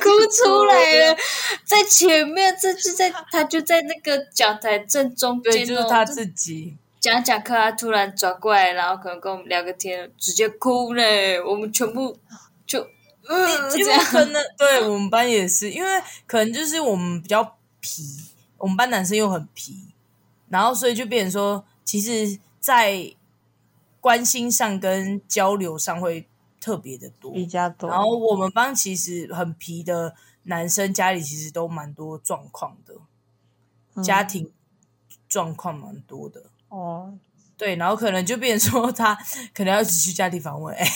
[SPEAKER 2] 哭出来了，在前面这就在他就在那个讲台正中间
[SPEAKER 1] 对，
[SPEAKER 2] 哦，
[SPEAKER 1] 就是他自己，
[SPEAKER 2] 讲讲课，他突然转过来，然后可能跟我们聊个天，直接哭嘞，我们全部就嗯
[SPEAKER 1] 因
[SPEAKER 2] 这
[SPEAKER 1] 为
[SPEAKER 2] 样，
[SPEAKER 1] 可能对我们班也是，因为可能就是我们比较皮，我们班男生又很皮，然后所以就变成说，其实，在关心上跟交流上会特别的多，
[SPEAKER 3] 比较多。嗯
[SPEAKER 1] 然后我们班其实很皮的男生，家里其实都蛮多状况的，
[SPEAKER 3] 嗯
[SPEAKER 1] 家庭状况蛮多的。
[SPEAKER 3] 哦，
[SPEAKER 1] 对，然后可能就变成说他可能要一直去家庭访问。哎、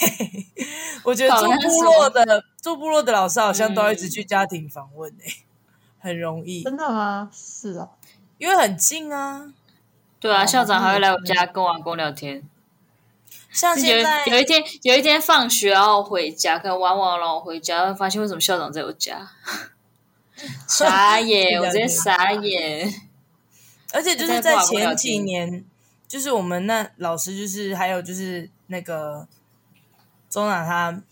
[SPEAKER 1] 我觉得
[SPEAKER 2] 好
[SPEAKER 1] 住
[SPEAKER 2] 那是
[SPEAKER 1] 部
[SPEAKER 2] 什
[SPEAKER 1] 落
[SPEAKER 2] 么
[SPEAKER 1] 的住部落的老师好像都要一直
[SPEAKER 2] 嗯
[SPEAKER 1] 去家庭访问、哎，很容易，
[SPEAKER 3] 真的吗？是哦，
[SPEAKER 1] 因为很近啊。
[SPEAKER 2] 对啊，
[SPEAKER 1] 哦
[SPEAKER 2] 校长还会来我
[SPEAKER 1] 那也
[SPEAKER 2] 家跟我阿公聊天。
[SPEAKER 1] 像
[SPEAKER 2] 有
[SPEAKER 1] 现在
[SPEAKER 2] 有一天，有一天放学然后回家，可能玩完了我回家，发现为什么校长在 我家，傻眼，我直接傻眼。
[SPEAKER 1] 而且就是
[SPEAKER 2] 在
[SPEAKER 1] 在
[SPEAKER 2] 挂不
[SPEAKER 1] 前
[SPEAKER 2] 了
[SPEAKER 1] 几
[SPEAKER 2] 机
[SPEAKER 1] 年，就是我们那老师，就是还有就是那个周娜她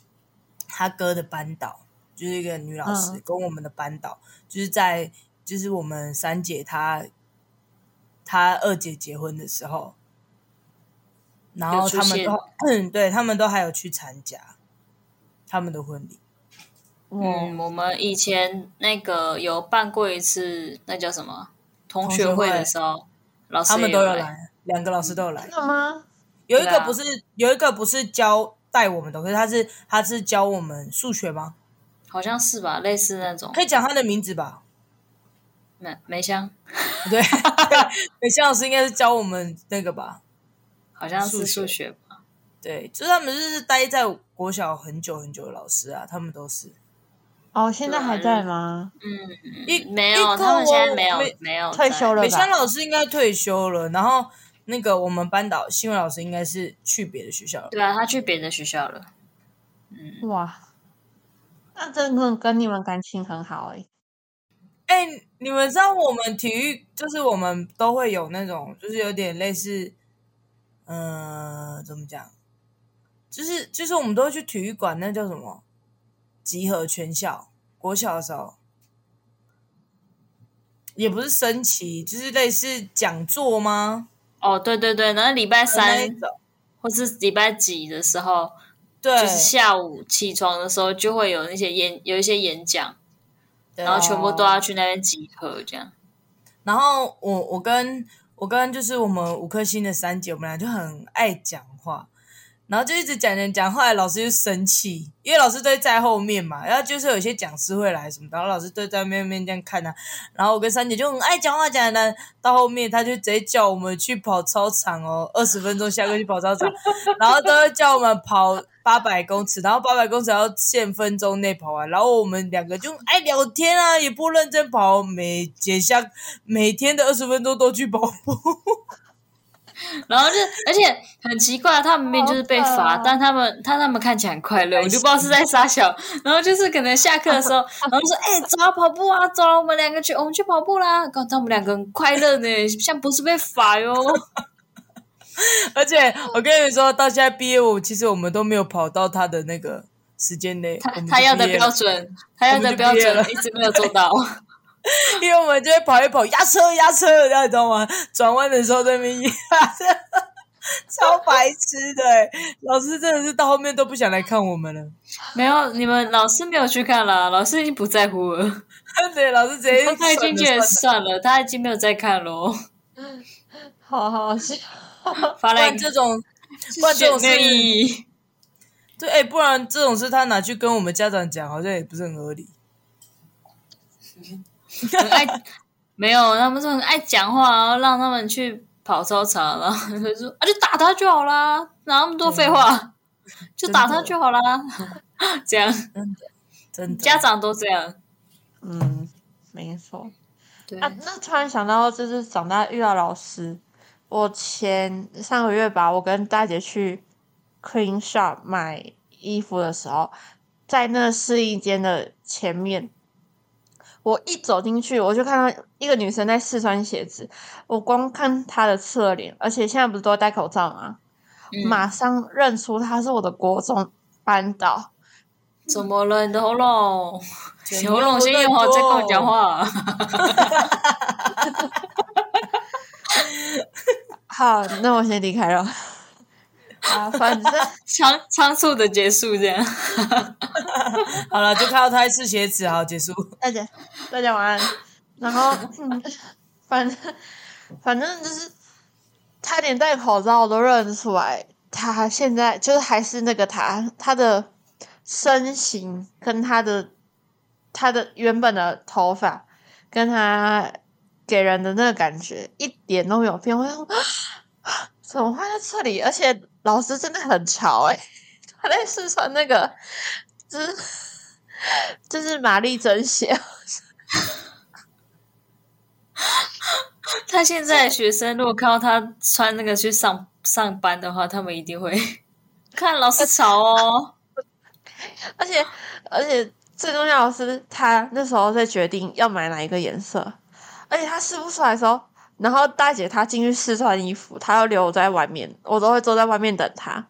[SPEAKER 1] 她哥的班导，就是一个女老师，
[SPEAKER 3] 嗯
[SPEAKER 1] 跟我们的班导，就是在就是我们三姐她她二姐结婚的时候，然后
[SPEAKER 2] 有出
[SPEAKER 1] 他们都嗯对他们都还有去参加他们的婚礼，
[SPEAKER 2] 嗯，
[SPEAKER 3] 嗯，
[SPEAKER 2] 我们以前那个有办过一次，那叫什么同学
[SPEAKER 1] 同学会
[SPEAKER 2] 会的时候，老师
[SPEAKER 1] 他们
[SPEAKER 2] 也
[SPEAKER 1] 都有
[SPEAKER 2] 有，
[SPEAKER 1] 来，两个老师都有来
[SPEAKER 3] 真。的吗？
[SPEAKER 1] 有一
[SPEAKER 2] 对
[SPEAKER 1] 个
[SPEAKER 2] 啊
[SPEAKER 1] 不是、有一个不是教带我们的，可是他是他是教我们数学吗？
[SPEAKER 2] 好像是吧，类似那种
[SPEAKER 1] 可以讲他的名字吧？
[SPEAKER 2] 梅梅香。
[SPEAKER 1] 对， 美香老师应该是教我们那个吧？
[SPEAKER 2] 好像
[SPEAKER 1] 数
[SPEAKER 2] 是
[SPEAKER 1] 学
[SPEAKER 2] 数学吧。
[SPEAKER 1] 对，就是他们就是待在国小很久很久的老师啊，他们都是
[SPEAKER 3] 哦，现在还
[SPEAKER 2] 对
[SPEAKER 3] 在吗？
[SPEAKER 1] 一
[SPEAKER 2] 嗯没
[SPEAKER 1] 一
[SPEAKER 2] 有，
[SPEAKER 1] 个
[SPEAKER 2] 他们现在没有
[SPEAKER 1] 我没
[SPEAKER 2] 没有
[SPEAKER 3] 退
[SPEAKER 2] 在
[SPEAKER 3] 休了
[SPEAKER 1] 美
[SPEAKER 3] 吧
[SPEAKER 1] 香？老师应该退休了，然后那个我们班导新闻老师应该是去别的学校了。
[SPEAKER 2] 对啊，他去别的学校了。
[SPEAKER 3] 哇，那真的跟你们感情很好哎、
[SPEAKER 1] 哎、你们知道我们体育就是我们都会有那种，就是有点类似，嗯、怎么讲？就是就是我们都会去体育馆，那叫什么？集合全校。国小的时候，也不是升旗，就是类似讲座吗？
[SPEAKER 2] 哦，对对对，然后礼
[SPEAKER 1] 那
[SPEAKER 2] 拜
[SPEAKER 1] 一
[SPEAKER 2] 三
[SPEAKER 1] 种
[SPEAKER 2] 或是礼拜几的时候，
[SPEAKER 1] 对，
[SPEAKER 2] 就是下午起床的时候就会有那些演有一些演讲，
[SPEAKER 1] 对啊
[SPEAKER 2] 然后全部都要去那边集合，这样。
[SPEAKER 1] 然后我我跟我跟就是我们五颗星的三姐，我们俩就很爱讲话，然后就一直讲讲讲，后来老师就生气，因为老师都会在后面嘛，然后就是有一些讲师会来什么的，然后老师都在面面这样看啊，然后我跟三姐就很爱讲话讲的，到后面他就直接叫我们去跑操场哦，二十分钟下课去跑操场，然后都会叫我们跑。八百公尺，然后八百公尺要限分钟内跑完，然后我们两个就爱聊天啊，也不认真跑，每节下每天的二十分钟都去跑步。
[SPEAKER 2] 然后就，而且很奇怪，他们明明就是被
[SPEAKER 3] 好
[SPEAKER 2] 罚，
[SPEAKER 3] 扯哦
[SPEAKER 2] 但他们他他们看起来很快乐，我就不知道是在撒小。然后就是可能下课的 时候，然后说：“哎、走啊，跑步啊，走啊，我们两个去，我们去跑步啦。”搞他们两个很快乐呢，像不是被罚哟。
[SPEAKER 1] 而且我跟你们说，到现在毕业我其实我们都没有跑到他的那个时间内，
[SPEAKER 2] 他
[SPEAKER 1] 我们就
[SPEAKER 2] 他要的
[SPEAKER 1] 毕业
[SPEAKER 2] 标
[SPEAKER 1] 了，
[SPEAKER 2] 准，他要
[SPEAKER 1] 我们
[SPEAKER 2] 的
[SPEAKER 1] 就
[SPEAKER 2] 标
[SPEAKER 1] 毕业
[SPEAKER 2] 准
[SPEAKER 1] 了
[SPEAKER 2] 一直没有做到。
[SPEAKER 1] 因为我们就会跑一跑，压车压车，你知道吗？转弯的时候在那边压车， 超白痴的、欸。老师真的是到后面都不想来看我们了。
[SPEAKER 2] 没有，你们老师没有去看啦，老师已经不在乎了，
[SPEAKER 1] 对，老师直接
[SPEAKER 2] 他已经觉
[SPEAKER 1] 哎算
[SPEAKER 2] 得
[SPEAKER 1] 了
[SPEAKER 2] 算了，他已经没有在看喽。
[SPEAKER 3] 好好笑，
[SPEAKER 2] 发
[SPEAKER 1] 不
[SPEAKER 2] 来
[SPEAKER 1] 然这种，不然这种
[SPEAKER 2] 没有
[SPEAKER 1] 事，
[SPEAKER 2] 意义。
[SPEAKER 1] 对，哎、不然这种事他拿去跟我们家长讲，好像也不是很合理。
[SPEAKER 2] 很爱，没有，他们是很爱讲话，然后让他们去跑操场，然后就说啊，就打他就好啦，哪那么多废话，就打他就好啦。 这样
[SPEAKER 1] 真的，
[SPEAKER 2] 家长都这样，
[SPEAKER 3] 嗯，没错。
[SPEAKER 2] 对，
[SPEAKER 3] 啊，那突然想到，就是长大遇到老师，我前上个月吧，我跟大姐去 Queen Shop 买衣服的时候，在那试衣间的前面，我一走进去，我就看到一个女生在试穿鞋子，我光看她的侧脸，而且现在不是都戴口罩吗？
[SPEAKER 2] 嗯
[SPEAKER 3] 马上认出她是我的国中班导。
[SPEAKER 2] 怎么了？你的喉咙，
[SPEAKER 1] 怎
[SPEAKER 2] 你
[SPEAKER 1] 样
[SPEAKER 2] 喉咙先用好，再跟我讲话。
[SPEAKER 3] 好，那我先离开了。啊，反正。
[SPEAKER 2] 仓仓促的结束这样。
[SPEAKER 1] 好了，就看到他在试鞋子，好结束。
[SPEAKER 3] 大家，大家晚安。然后，嗯反正反正就是，他连戴口罩我都认得出来，他现在就是还是那个他，他的身形跟他的他的原本的头发，跟他给人的那个感觉一点都没有变。我想说，啊怎么会在这里？而且老师真的很潮哎、他在试穿那个，就是。就是玛丽珍鞋，
[SPEAKER 2] 他现在的学生，如果看到他穿那个去上上班的话，他们一定会 看老师潮哦。
[SPEAKER 3] 而且而且最重要的是，他那时候在决定要买哪一个颜色，而且他试不出来的时候，然后大姐她进去试穿衣服，她要留在外面，我都会坐在外面等她。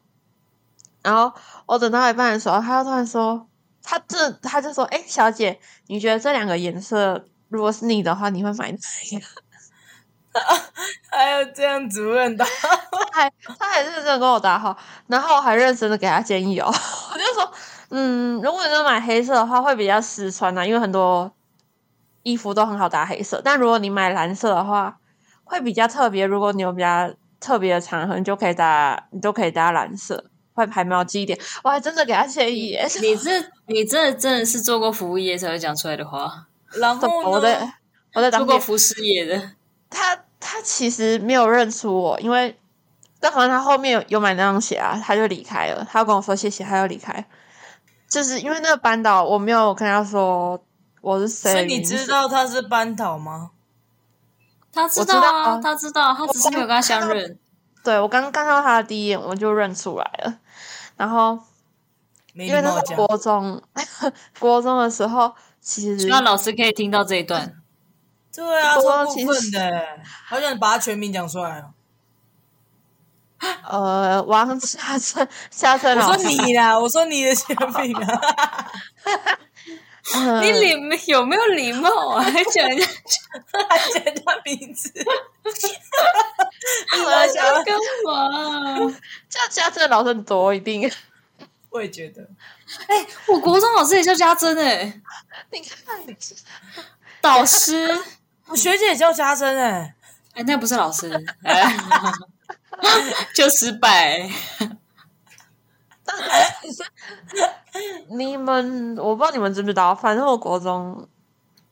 [SPEAKER 3] 然后我等到一半的时候，她就突然说，她这她就说，哎、小姐，你觉得这两个颜色，如果是你的话，你会买哪一个？
[SPEAKER 1] 还要哎这样子问他，
[SPEAKER 3] 她还她还认真地跟我打好，然后我还认真的给她建议哦， 我就说，嗯，如果你要买黑色的话，会比较实穿啊，因为很多衣服都很好搭黑色。但如果你买蓝色的话，会比较特别。如果你有比较特别的场合，你就可以搭，你都可以搭蓝色，会排毛记一点。我还真的给他建议耶，
[SPEAKER 2] 你这你这真的是做过服务业才会讲出来的话，
[SPEAKER 1] 然
[SPEAKER 3] 怎么 我
[SPEAKER 1] 后
[SPEAKER 3] 在
[SPEAKER 1] 呢？
[SPEAKER 3] 我在
[SPEAKER 2] 做
[SPEAKER 3] 当
[SPEAKER 2] 过
[SPEAKER 3] 面
[SPEAKER 2] 服饰业的，
[SPEAKER 3] 他他其实没有认出我，因为但好像他后面有有买那双鞋啊，他就离开了。他跟我说谢谢，他就离开。就是因为那个班导，我没有跟他说我是谁
[SPEAKER 1] 所
[SPEAKER 3] 的
[SPEAKER 1] 以你
[SPEAKER 3] 名字，
[SPEAKER 1] 知道他是班导吗？
[SPEAKER 2] 他知
[SPEAKER 3] 我知
[SPEAKER 2] 道
[SPEAKER 3] 道
[SPEAKER 2] 啊，
[SPEAKER 3] 啊
[SPEAKER 2] 他知道，他只是没有跟他相认。
[SPEAKER 3] 对我刚看到他的第一眼我就认出来了，然后
[SPEAKER 1] 没
[SPEAKER 3] 因
[SPEAKER 1] 礼
[SPEAKER 3] 为那
[SPEAKER 1] 貌
[SPEAKER 3] 是
[SPEAKER 1] 讲，
[SPEAKER 3] 国中， 国中的时候其实
[SPEAKER 2] 希望老师可以听到这一段。
[SPEAKER 1] 对啊，
[SPEAKER 3] 国中
[SPEAKER 1] 超过
[SPEAKER 3] 其
[SPEAKER 1] 分
[SPEAKER 3] 实
[SPEAKER 1] 的欸，好想把他全名讲出来哦。
[SPEAKER 3] 呃王夏 春夏春
[SPEAKER 1] 我
[SPEAKER 3] 老
[SPEAKER 1] 说
[SPEAKER 3] 师，
[SPEAKER 1] 你啦，我说你的全名啊，
[SPEAKER 3] 嗯
[SPEAKER 2] 你礼有没有礼貌啊？还讲人家
[SPEAKER 1] 还讲他名字，
[SPEAKER 3] 我想
[SPEAKER 2] 要干嘛、啊
[SPEAKER 3] 叫夏春老师很多一定，
[SPEAKER 1] 我也觉得。
[SPEAKER 2] 哎我国中老师也叫家珍哎、
[SPEAKER 3] 你看
[SPEAKER 2] 导师
[SPEAKER 1] 我学姐也叫嘉珍哎，
[SPEAKER 2] 哎、那不是老师， 哎就失败、
[SPEAKER 3] 你们，我不知道你们知不知道，反正我国中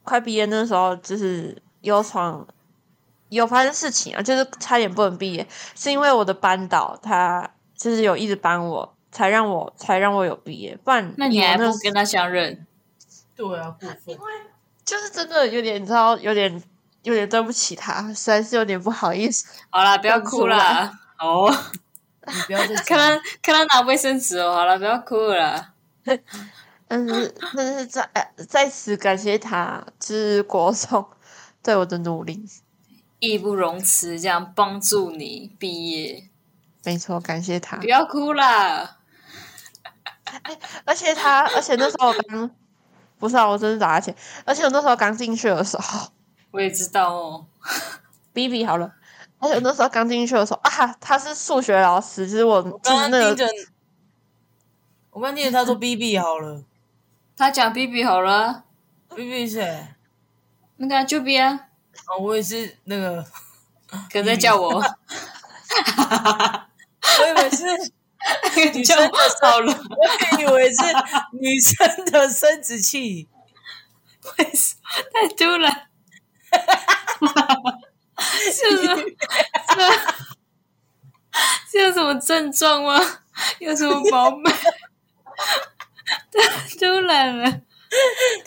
[SPEAKER 3] 快毕业那时候，就是有闯有发生事情啊，就是差点不能毕业，是因为我的班导他就是有一直帮我，才让我才让我有毕业，不然
[SPEAKER 2] 那你
[SPEAKER 3] 我
[SPEAKER 2] 还
[SPEAKER 3] 那
[SPEAKER 2] 不跟他相认？
[SPEAKER 1] 对啊，过分。
[SPEAKER 3] 就是真的有点，你知道，有点有点对不起他，实在是有点不好意思。
[SPEAKER 2] 好啦，不要哭啦。哦，
[SPEAKER 1] 你不要再
[SPEAKER 2] 看
[SPEAKER 1] 讲，
[SPEAKER 2] 他看他拿卫生纸哦。好了，不要哭了啦。
[SPEAKER 3] 但是但是在在此感谢他，就是国中对我的努力，
[SPEAKER 2] 义不容辞，这样帮助你毕业，
[SPEAKER 3] 没错，感谢他
[SPEAKER 2] 不。要哭啦。
[SPEAKER 3] 而且他，而且那时候我刚，不是啊，我真是打哈欠。而且我那时候刚进去的时候，
[SPEAKER 2] 我也知道哦，
[SPEAKER 3] 比比好了。而且我那时候刚进去的时候啊，他是数学老师，就是我就
[SPEAKER 1] 刚
[SPEAKER 3] 是
[SPEAKER 1] 刚
[SPEAKER 3] 那
[SPEAKER 1] 听
[SPEAKER 3] 个
[SPEAKER 1] 着， 我刚听着他说 “B B” 好了
[SPEAKER 2] 他讲 B B 好了啊，
[SPEAKER 1] ，“B B” 是谁？
[SPEAKER 2] 那个 j u b 啊，
[SPEAKER 1] 哦，我也是那个，
[SPEAKER 2] 可在叫我，
[SPEAKER 1] 我以为是，
[SPEAKER 2] 你叫我好了，
[SPEAKER 1] 我以为是女生的生殖器。
[SPEAKER 2] 为什么太突然？是有什么？是有什么症状吗？有什么毛病？太突然了，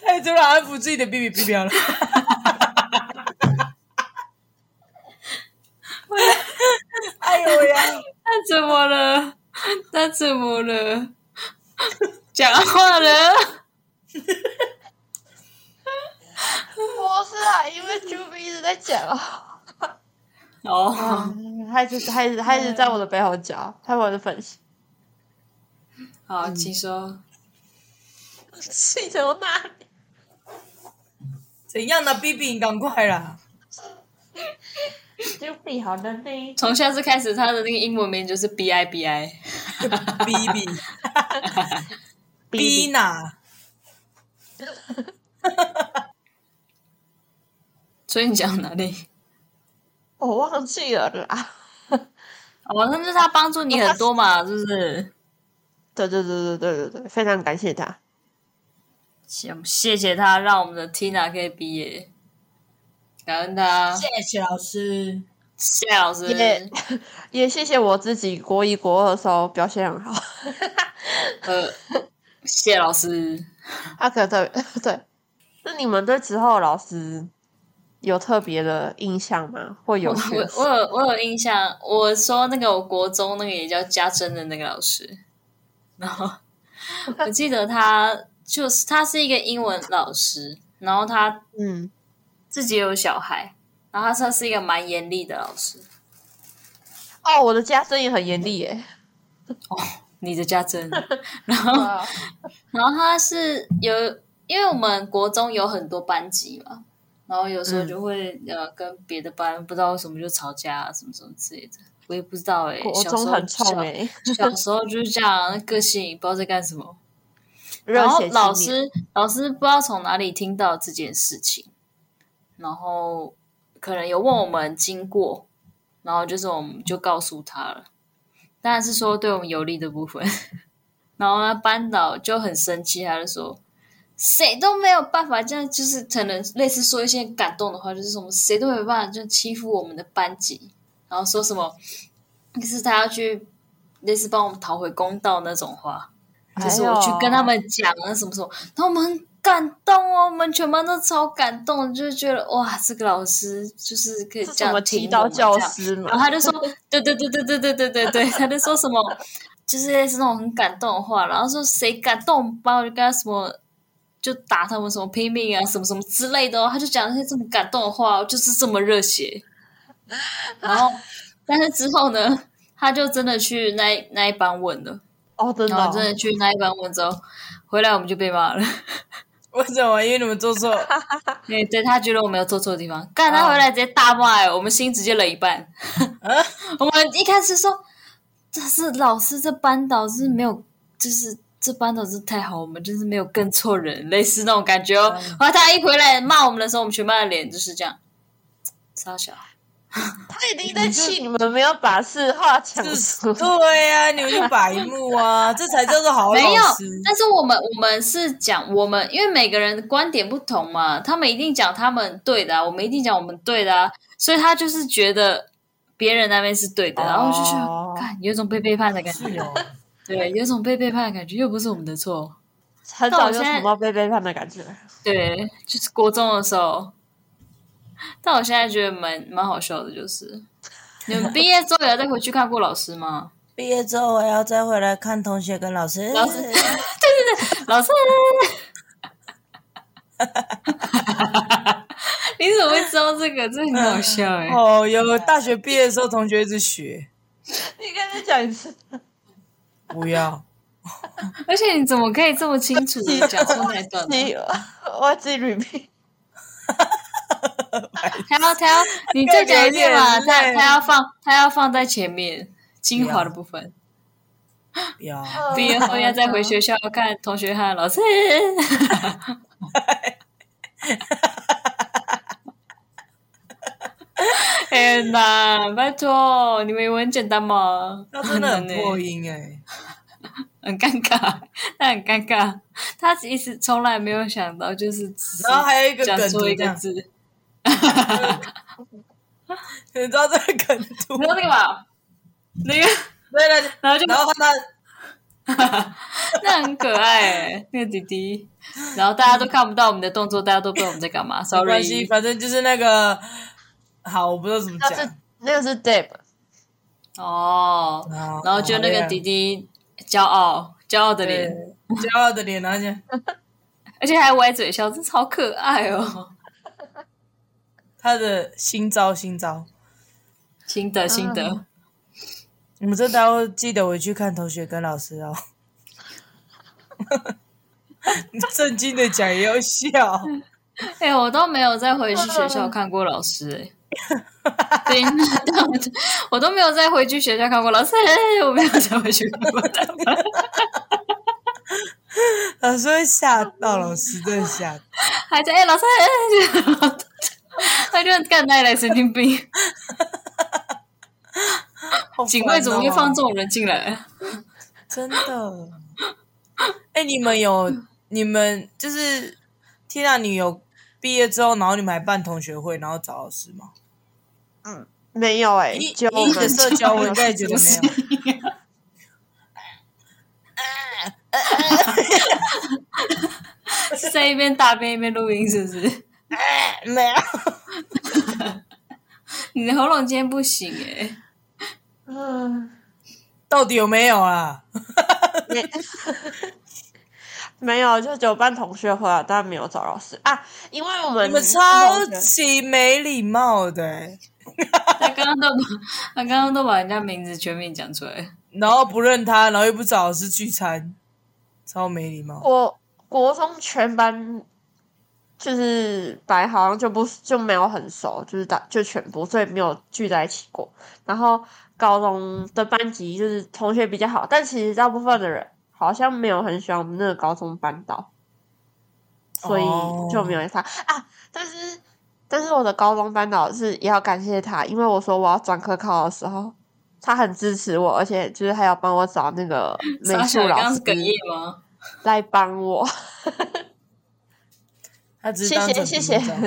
[SPEAKER 1] 太突然安抚自己的 “B B” 不了了。 哎呦喂呀！
[SPEAKER 2] 他怎么了？他怎么了？讲话了？
[SPEAKER 3] 不是啊，因为 Juby 一直在讲啊，
[SPEAKER 2] 哦，
[SPEAKER 3] 他一直他一直他一直在我的背后讲，他我的粉丝，
[SPEAKER 2] 好，请说。
[SPEAKER 3] 气从哪里？
[SPEAKER 1] 怎样呢？B B，你赶快啦！
[SPEAKER 3] Juby 好的呢，
[SPEAKER 2] 从下次开始，他的那个英文名就是 B I B I。
[SPEAKER 1] b b
[SPEAKER 3] 比
[SPEAKER 1] b 哪？
[SPEAKER 2] 所以你讲哪里？
[SPEAKER 3] 哦我忘记了啦。
[SPEAKER 2] 哦，那就是他帮助你很多嘛，哦是不是？
[SPEAKER 3] 对对对对对对对，非常感谢他。
[SPEAKER 2] 谢谢谢他，让我们的 Tina 可以毕业，感恩他，
[SPEAKER 1] 谢谢老师。
[SPEAKER 2] 谢谢老师。
[SPEAKER 3] 耶也谢谢我自己国一国二的时候表现很好，
[SPEAKER 2] 呃，谢老师，
[SPEAKER 3] 啊，可特别 对。那你们对之后老师有特别的印象吗？或
[SPEAKER 2] 我
[SPEAKER 3] 有趣的
[SPEAKER 2] 我
[SPEAKER 3] 事
[SPEAKER 2] 我有我有印象，我说那个我国中那个也叫家珍的那个老师，然后我记得他就是他是一个英文老师，然后他
[SPEAKER 3] 嗯，
[SPEAKER 2] 自己也有小孩，然后他算是一个蛮严厉的老师。
[SPEAKER 3] 哦，我的家生也很严厉 耶。
[SPEAKER 2] 你的 家珍，然后然后他是有，因为我们国中有很多班级嘛，然后有时候
[SPEAKER 3] 嗯
[SPEAKER 2] 就会、呃跟别的班不知道为什么就吵架、啊、什么什么之类的，我也不知道哎、欸，
[SPEAKER 3] 国
[SPEAKER 2] 小时
[SPEAKER 3] 中
[SPEAKER 2] 候
[SPEAKER 3] 很冲哎、
[SPEAKER 2] 小，小时候就是这样，个性不知道在干什么。
[SPEAKER 3] 热
[SPEAKER 2] 然后
[SPEAKER 3] 血
[SPEAKER 2] 老
[SPEAKER 3] 青年
[SPEAKER 2] 师老师不知道从哪里听到这件事情，然后可能有问我们经过，然后就是我们就告诉他了，当然是说对我们有利的部分。 然后呢，班导就很生气，他就说谁都没有办法这样，就是可能类似说一些感动的话，就是什么谁都没有办法就欺负我们的班级，然后说什么，就是他要去类似帮我们讨回公道那种话。
[SPEAKER 3] 哎
[SPEAKER 2] 就是我去跟他们讲啊什么什么，然后我们很感动哦，我们全班都超感动，就是觉得哇，这个老师就是可以
[SPEAKER 3] 是
[SPEAKER 2] 这
[SPEAKER 3] 什么
[SPEAKER 2] 样
[SPEAKER 3] 提
[SPEAKER 2] 听
[SPEAKER 3] 到
[SPEAKER 2] 我们
[SPEAKER 3] 教
[SPEAKER 2] 这样
[SPEAKER 3] 师嘛
[SPEAKER 2] 然？后他就说， 对对对对对对对对对，他就说什么，就是类似那种很感动的话，然后说谁敢动把我就跟他什么。就打他们什么拼命啊，什么什么之类的哦，他就讲那些这么感动的话，哦就是这么热血。然后，但是之后呢，他就真的去那那一班问了，
[SPEAKER 3] 哦，真的
[SPEAKER 2] 然
[SPEAKER 3] 哦
[SPEAKER 2] 后真的去那一班问之后，回来我们就被骂了。
[SPEAKER 1] 为什么？因为你们做错，
[SPEAKER 2] 对，对他觉得我没有做错的地方，干他回来直接大骂、欸，我们心直接冷一半。 我们一开始说这是老师这班导是没有，就是这班导是太好，我们就是没有跟错人，类似那种感觉哦。然后他一回来骂我们的时候，我们全班的脸就是这样，傻小。
[SPEAKER 3] 他一定在气你们没有把事话讲出
[SPEAKER 1] 是，对呀、你们就摆幕啊，这才叫做好
[SPEAKER 2] 没有
[SPEAKER 1] 老师。，
[SPEAKER 2] 但是我们我们是讲我们，因为每个人的观点不同嘛，他们一定讲他们对的、啊，我们一定讲我们对的、啊，所以他就是觉得别人那边是对的，然后就觉
[SPEAKER 3] 哦
[SPEAKER 2] 得，看有一种被背叛的感觉，
[SPEAKER 1] 是哦，
[SPEAKER 2] 对，有一种被背叛的感觉，又不是我们的错，
[SPEAKER 3] 很早就尝到被背叛的感觉。
[SPEAKER 2] 对，就是国中的时候，但我现在觉得蛮蛮好笑的，就是你们毕业之后有再回去看过老师吗？
[SPEAKER 1] 毕业之后我要再回来看同学跟老师。
[SPEAKER 2] 老师老师，你怎么会知道这个？这很好笑哎、
[SPEAKER 1] 哦，有大学毕业的时候，同学一直学，
[SPEAKER 3] 你跟他讲一次，
[SPEAKER 1] 不要。
[SPEAKER 2] 而且你怎么可以这么清楚的讲出那一段呢？
[SPEAKER 3] 你我自己 repeat。
[SPEAKER 2] 他要 他要，你再讲一遍
[SPEAKER 1] 更有
[SPEAKER 2] 嘛？
[SPEAKER 1] 眼
[SPEAKER 2] 他
[SPEAKER 1] 泪
[SPEAKER 2] 他要放他要放在前面精华的部分。
[SPEAKER 1] 不要，嗯
[SPEAKER 2] 毕业后要再回学校看同学和老师。 天哪！拜托，你们以为很简单吗？
[SPEAKER 1] 那真的很
[SPEAKER 2] 难
[SPEAKER 1] 破
[SPEAKER 2] 欸
[SPEAKER 1] 音哎、
[SPEAKER 2] 很尴尬，他很尴尬，他其实从来没有想到，就是只是
[SPEAKER 1] 然后还有一个
[SPEAKER 2] 讲
[SPEAKER 1] 梗
[SPEAKER 2] 错
[SPEAKER 1] 图
[SPEAKER 2] 一
[SPEAKER 1] 这
[SPEAKER 2] 个
[SPEAKER 1] 样，
[SPEAKER 2] 字，你
[SPEAKER 1] 你知道这个梗图？
[SPEAKER 2] 知道那个吧？那个，
[SPEAKER 1] 对对，对
[SPEAKER 2] 然后就
[SPEAKER 1] 然后他
[SPEAKER 2] 那很可爱、欸，那个弟弟，然后大家都看不到我们的动作，大家都不知道我们在干嘛
[SPEAKER 1] 没关
[SPEAKER 2] ，sorry
[SPEAKER 1] 系，。反正就是那个，好，我不知道怎么
[SPEAKER 3] 那
[SPEAKER 1] 讲
[SPEAKER 3] 是。那个是 Deb，
[SPEAKER 2] 哦，然后就那个弟
[SPEAKER 1] 弟
[SPEAKER 2] 弟骄傲骄傲的脸，
[SPEAKER 1] 骄傲的脸，然后就
[SPEAKER 2] 而且还歪嘴笑，真是好可爱哦。
[SPEAKER 1] 嗯他的新招新招，
[SPEAKER 2] 新的新的，
[SPEAKER 3] 嗯
[SPEAKER 1] 你们这待会记得回去看同学跟老师哦。 你震惊的讲也要笑，
[SPEAKER 2] 哎、我都没有再回去学
[SPEAKER 3] 嗯
[SPEAKER 2] 校看过老师哎、对，那我都我都没有再回去学校看过老师，哎我没有再回去看过 他们。
[SPEAKER 1] 老师会吓到，老师真的吓到。
[SPEAKER 2] 还在哎、老师，哎就 他就干那一来神经病，
[SPEAKER 1] 好烦哦哦
[SPEAKER 2] 警卫怎么会放这种人进来？啊
[SPEAKER 1] 真的。哎、你们有你们就是天啊，你有毕业之后，然后你们还办同学会，然后找老师吗？
[SPEAKER 3] 嗯，没有哎、
[SPEAKER 1] 以
[SPEAKER 3] 就
[SPEAKER 1] 以你的社交，我应该觉得没
[SPEAKER 2] 什
[SPEAKER 1] 有
[SPEAKER 2] 么。是在一边大便一边录音是不是？
[SPEAKER 1] 没有，
[SPEAKER 2] 你的喉咙今天不行哎、
[SPEAKER 3] 嗯，
[SPEAKER 1] 到底有没有啊？
[SPEAKER 3] 没没有，就九班同学会啊，但没有找老师啊，因为我们
[SPEAKER 1] 你们超级没礼貌的欸、
[SPEAKER 2] 他刚刚都把他刚刚都把人家名字全面讲出来。
[SPEAKER 1] 然后不认他，然后又不找老师聚餐，超没礼貌。
[SPEAKER 3] 我国中全班就是白好像就不就没有很熟，就是大就全部，所以没有聚在一起过。然后高中的班级就是同学比较好，但其实大部分的人好像没有很喜欢我们那个高中班导，所以
[SPEAKER 1] 哦
[SPEAKER 3] 就没有他、啊。但是但是我的高中班导是也要感谢他，因为我说我要转科考的时候。他很支持我，而且就是还要帮我找那 个美
[SPEAKER 2] 傻
[SPEAKER 3] 术
[SPEAKER 2] 小，你刚
[SPEAKER 3] 老
[SPEAKER 2] 刚
[SPEAKER 3] 师
[SPEAKER 2] 是哽咽吗？
[SPEAKER 3] 来帮我。
[SPEAKER 1] 他只是
[SPEAKER 3] 谢
[SPEAKER 1] 当
[SPEAKER 3] 谢
[SPEAKER 1] 成
[SPEAKER 3] 谢
[SPEAKER 1] 屏障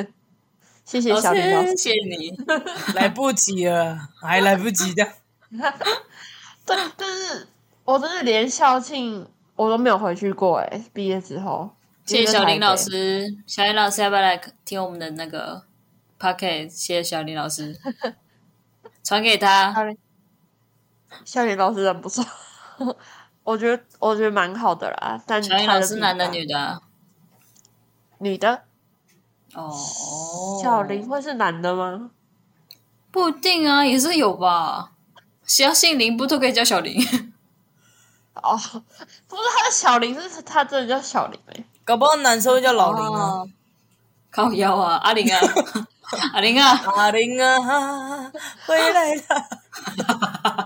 [SPEAKER 3] 谢谢谢
[SPEAKER 2] 老
[SPEAKER 3] 小林老
[SPEAKER 2] 师，
[SPEAKER 3] 师。
[SPEAKER 2] 谢谢你。
[SPEAKER 1] 来不及了，还来不及的。
[SPEAKER 3] 对，但是我真的连校庆我都没有回去过哎、毕业之后。
[SPEAKER 2] 谢谢小林
[SPEAKER 3] 因为在
[SPEAKER 2] 老
[SPEAKER 3] 台
[SPEAKER 2] 师，小林老师要不要来听我们的那个 p o c a s t 谢谢小林老师，传给他。
[SPEAKER 3] 北。校园老师人不错， 我觉得我觉得蛮好的啦。但
[SPEAKER 2] 小林
[SPEAKER 3] 他
[SPEAKER 2] 老
[SPEAKER 3] 的
[SPEAKER 2] 师
[SPEAKER 3] 比
[SPEAKER 2] 男的
[SPEAKER 3] 较
[SPEAKER 2] 女的啊？
[SPEAKER 3] 女的，
[SPEAKER 2] 哦，
[SPEAKER 3] 小林会是男的吗？
[SPEAKER 2] 不一定啊，也是有吧。只要姓林，不都可以叫小林？
[SPEAKER 3] 哦， 不是他的小林，是他真的叫小林哎、
[SPEAKER 1] 搞不好男生会叫老林 啊，
[SPEAKER 2] 哦 靠腰啊，阿林啊，阿林啊，
[SPEAKER 1] 阿林啊，回来 啦！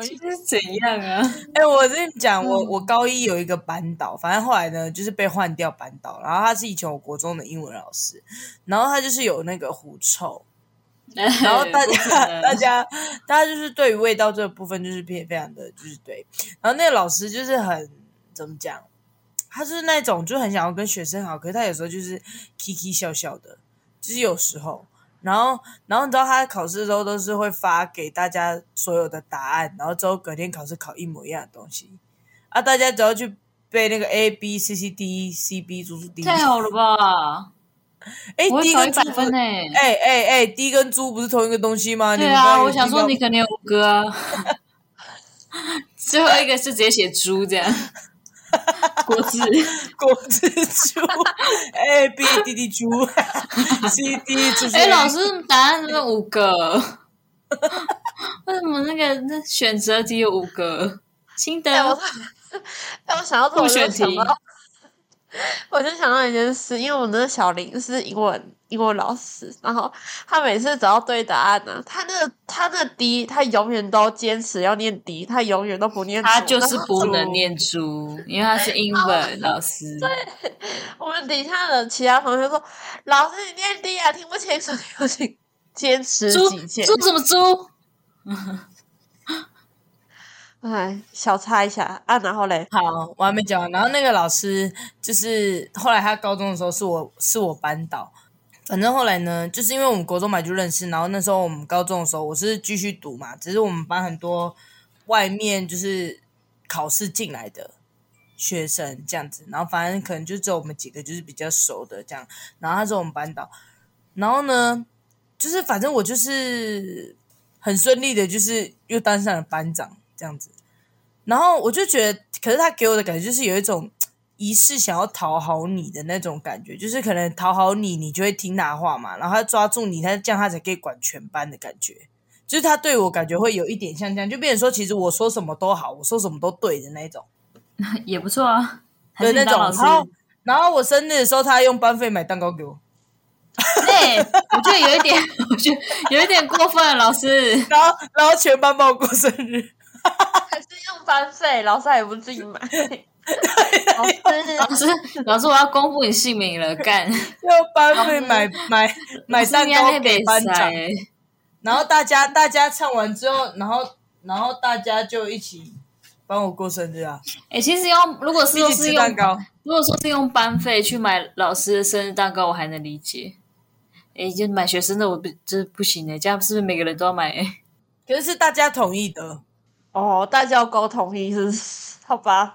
[SPEAKER 2] 是怎样 啊？
[SPEAKER 1] 哎、我跟你讲，
[SPEAKER 3] 嗯
[SPEAKER 1] 我我高一有一个班导，反正后来呢，就是被换掉班导，然后他是以前我国中的英文老师，然后他就是有那个狐臭， 然后大
[SPEAKER 2] 哎不
[SPEAKER 1] 家
[SPEAKER 2] 可能
[SPEAKER 1] 大家大家就是对于味道这个部分就是非非常的就是对，然后那个老师就是很怎么讲，他就是那种就很想要跟学生好，可是他有时候就是 k i 笑笑的，就是有时候，然后然后你知道他考试的时候都是会发给大家所有的答案，然后之后隔天考试考一模一样的东西，啊，大家只要去背那个 A B C C D E C B 猪猪 D，
[SPEAKER 2] 太好了吧？
[SPEAKER 1] 哎
[SPEAKER 2] 我会
[SPEAKER 1] ，D
[SPEAKER 2] 考
[SPEAKER 1] 跟
[SPEAKER 2] 一百
[SPEAKER 1] 猪不
[SPEAKER 2] 分
[SPEAKER 1] 是
[SPEAKER 2] 呢、
[SPEAKER 1] 哎哎哎，D 跟猪不是同一个东西吗？
[SPEAKER 2] 对
[SPEAKER 1] 你们刚
[SPEAKER 2] 啊，
[SPEAKER 1] 刚有
[SPEAKER 2] 我想
[SPEAKER 1] 听
[SPEAKER 2] 说
[SPEAKER 1] 到
[SPEAKER 2] 你肯定有歌啊。最后一个就直接写猪这样，国 字
[SPEAKER 1] 果汁 猪 A B D D 猪 C D 猪猪。
[SPEAKER 2] 哎、老师答案是不是五个？为什么那个那选择题有五个？新的、
[SPEAKER 3] 哎、我哎、我想到这 个，我
[SPEAKER 2] 复
[SPEAKER 3] 就
[SPEAKER 2] 选题
[SPEAKER 3] 想到， 我就想到一件事，因为我们的小林是英文英文老师，然后他每次只要对答案呢、他那个他那个 D，他永远都坚持要念 D，他永远都不念猪。
[SPEAKER 2] 他就是
[SPEAKER 3] 然后
[SPEAKER 2] 不能念猪，因为他
[SPEAKER 3] 哎
[SPEAKER 2] 是
[SPEAKER 3] 啊
[SPEAKER 2] 英文老师。
[SPEAKER 3] 我们底下的其他同学说：“老师，你念 D 啊，听不清楚，听不清。”坚持
[SPEAKER 2] 猪
[SPEAKER 3] 己见，
[SPEAKER 2] 猪什么猪？
[SPEAKER 3] 哎，小插一下啊，然后嘞，
[SPEAKER 1] 好，我还没讲完。然后那个老师就是后来他高中的时候是我是我班导，反正后来呢，就是因为我们国中嘛就认识，然后那时候我们高中的时候我是继续读嘛，只是我们班很多外面就是考试进来的学生这样子，然后反正可能就只有我们几个就是比较熟的这样，然后他是我们班导，然后呢，就是反正我就是很顺利的，就是又当上了班长这样子。然后我就觉得，可是他给我的感觉就是有一种嘖一世想要讨好你的那种感觉，就是可能讨好你，你就会听他话嘛，然后他抓住你，他这样他才可以管全班的感觉。就是他对我感觉会有一点像这样，就变成说，其实我说什么都好，我说什么都对的那种。
[SPEAKER 2] 也不错啊，
[SPEAKER 1] 对
[SPEAKER 2] 还是
[SPEAKER 1] 那
[SPEAKER 2] 你当
[SPEAKER 1] 种
[SPEAKER 2] 老师。
[SPEAKER 1] 然后然后我生日的时候，他还用班费买蛋糕给我，
[SPEAKER 2] 对，我觉得有一点， 我觉得有一点过分了，老师。
[SPEAKER 1] 然后然后全班帮我过生日。
[SPEAKER 3] 还是用班费，老师也不自己买。老
[SPEAKER 2] 老
[SPEAKER 3] 师，
[SPEAKER 2] 师，老师，我要公布你姓名了，干！
[SPEAKER 1] 要班
[SPEAKER 2] 哦
[SPEAKER 1] 费买买买蛋糕给班
[SPEAKER 2] 老师
[SPEAKER 1] 长
[SPEAKER 2] 你，还得
[SPEAKER 1] 然后大家大家唱完之后，然后然后大家就一起帮我过生日啊，
[SPEAKER 2] 哎、其实用如果是
[SPEAKER 1] 一
[SPEAKER 2] 都
[SPEAKER 1] 起
[SPEAKER 2] 是
[SPEAKER 1] 吃
[SPEAKER 2] 用
[SPEAKER 1] 蛋糕。
[SPEAKER 2] 如果说是用班费去买老师的生日蛋糕，我还能理解。哎、就买学生的我不这不行的、这样是不是每个人都要买、欸？
[SPEAKER 1] 可是是大家同意的，
[SPEAKER 3] 哦，大家要沟通意思，好吧？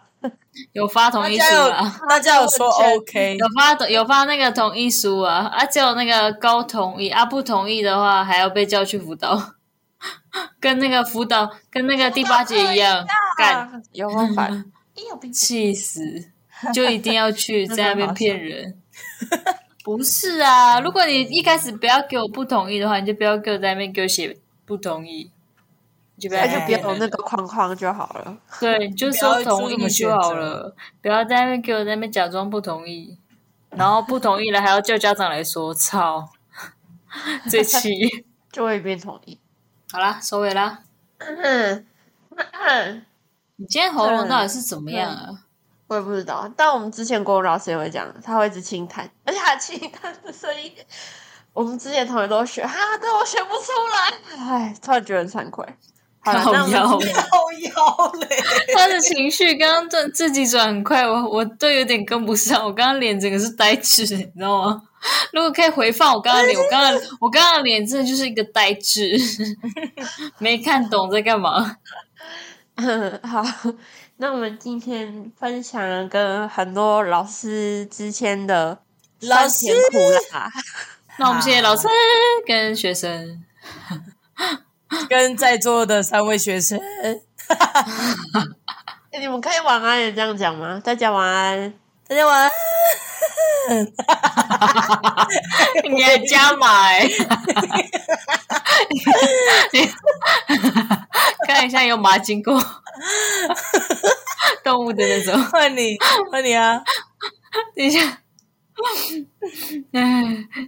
[SPEAKER 2] 有发同
[SPEAKER 1] 大
[SPEAKER 2] 意书啊
[SPEAKER 1] 家有
[SPEAKER 2] 啦，
[SPEAKER 1] 大家有说哦
[SPEAKER 3] 他就问
[SPEAKER 1] OK，
[SPEAKER 2] 有发有发那个同意书啊，啊，只有那个高同意啊，不同意的话还要被叫去辅导， 跟那个辅导跟那个第八节一样，干
[SPEAKER 3] 啊有办 法？哎，有病！
[SPEAKER 2] 气死，就一定要去
[SPEAKER 3] 真的
[SPEAKER 2] 在那边骗人。不是啊，如果你一开始不要给我不同意的话，你就不要给我在那边给我写不同意，你就不要
[SPEAKER 3] 那
[SPEAKER 2] 去
[SPEAKER 3] 就不
[SPEAKER 2] 骗
[SPEAKER 3] 要有
[SPEAKER 2] 人
[SPEAKER 3] 那个框框就好了。
[SPEAKER 2] 对，你就
[SPEAKER 1] 不
[SPEAKER 2] 说
[SPEAKER 1] 要出
[SPEAKER 2] 同
[SPEAKER 1] 什么
[SPEAKER 2] 意
[SPEAKER 1] 选
[SPEAKER 2] 就
[SPEAKER 1] 择
[SPEAKER 2] 好了，不要在那边给我在那边假装不同意，然后不同意了还要叫家长来说，操，最气。
[SPEAKER 3] 就会变统一。
[SPEAKER 2] 好啦，收尾啦。
[SPEAKER 3] 嗯嗯
[SPEAKER 2] 你今天喉咙到底是怎么样啊？
[SPEAKER 3] 我也不知道，但我们之前国文老师也会讲，他会一直轻弹，而且他轻弹的声音，我们之前同学都学，哈、但我学不出来，哎，突然觉得很惭愧。好哦了，那
[SPEAKER 2] 靠
[SPEAKER 3] 我们
[SPEAKER 2] 腰，
[SPEAKER 1] 靠腰嘞，
[SPEAKER 2] 他的情绪刚刚转自己转很快，我我都有点跟不上，我刚刚脸整个是呆滞的，你知道吗？如果可以回放我刚刚脸，我刚刚我刚 刚的脸真的就是一个呆滞，没看懂在干嘛。
[SPEAKER 3] 好，那我们今天分享了跟很多老师之间的
[SPEAKER 1] 老
[SPEAKER 3] 酸
[SPEAKER 1] 师
[SPEAKER 3] 甜苦辣，
[SPEAKER 2] 那我们谢谢老师跟学生，
[SPEAKER 1] 跟在座的三位学生，
[SPEAKER 3] 欸你们可以晚安也这样讲吗？大家晚安。
[SPEAKER 1] 大家晚安。
[SPEAKER 2] 你还加码欸， 你看一下有马经过，动物的那种。
[SPEAKER 1] 换 你，换你啊！
[SPEAKER 2] 等一下， 哎，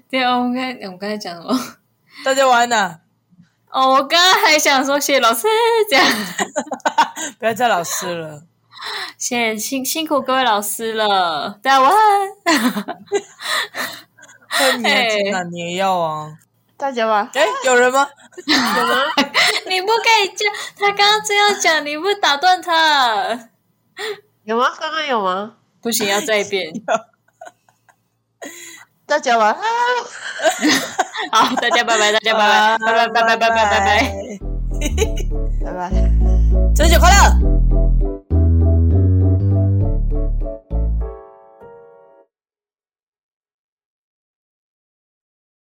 [SPEAKER 2] 对啊，我们刚才我们刚才讲什么？
[SPEAKER 1] 大家晚安啊呐、
[SPEAKER 2] 哦，我刚刚还想说谢谢老师，这样
[SPEAKER 1] 不要叫老师了，
[SPEAKER 2] 谢谢辛辛苦各位老师了，大家晚安。
[SPEAKER 1] 换你啊，金娜，你也要啊？
[SPEAKER 3] 大家晚
[SPEAKER 1] 哎、有人吗？
[SPEAKER 3] 安。
[SPEAKER 2] 你不可以这样，他刚刚这样讲，你不打断他，
[SPEAKER 3] 有吗？刚刚有吗？
[SPEAKER 2] 不行，要再一遍。
[SPEAKER 3] 大家晚安。
[SPEAKER 2] 好，大家拜拜，大家 拜拜，拜拜，拜拜，拜拜，拜拜。
[SPEAKER 3] 拜拜。
[SPEAKER 1] 中秋节快乐！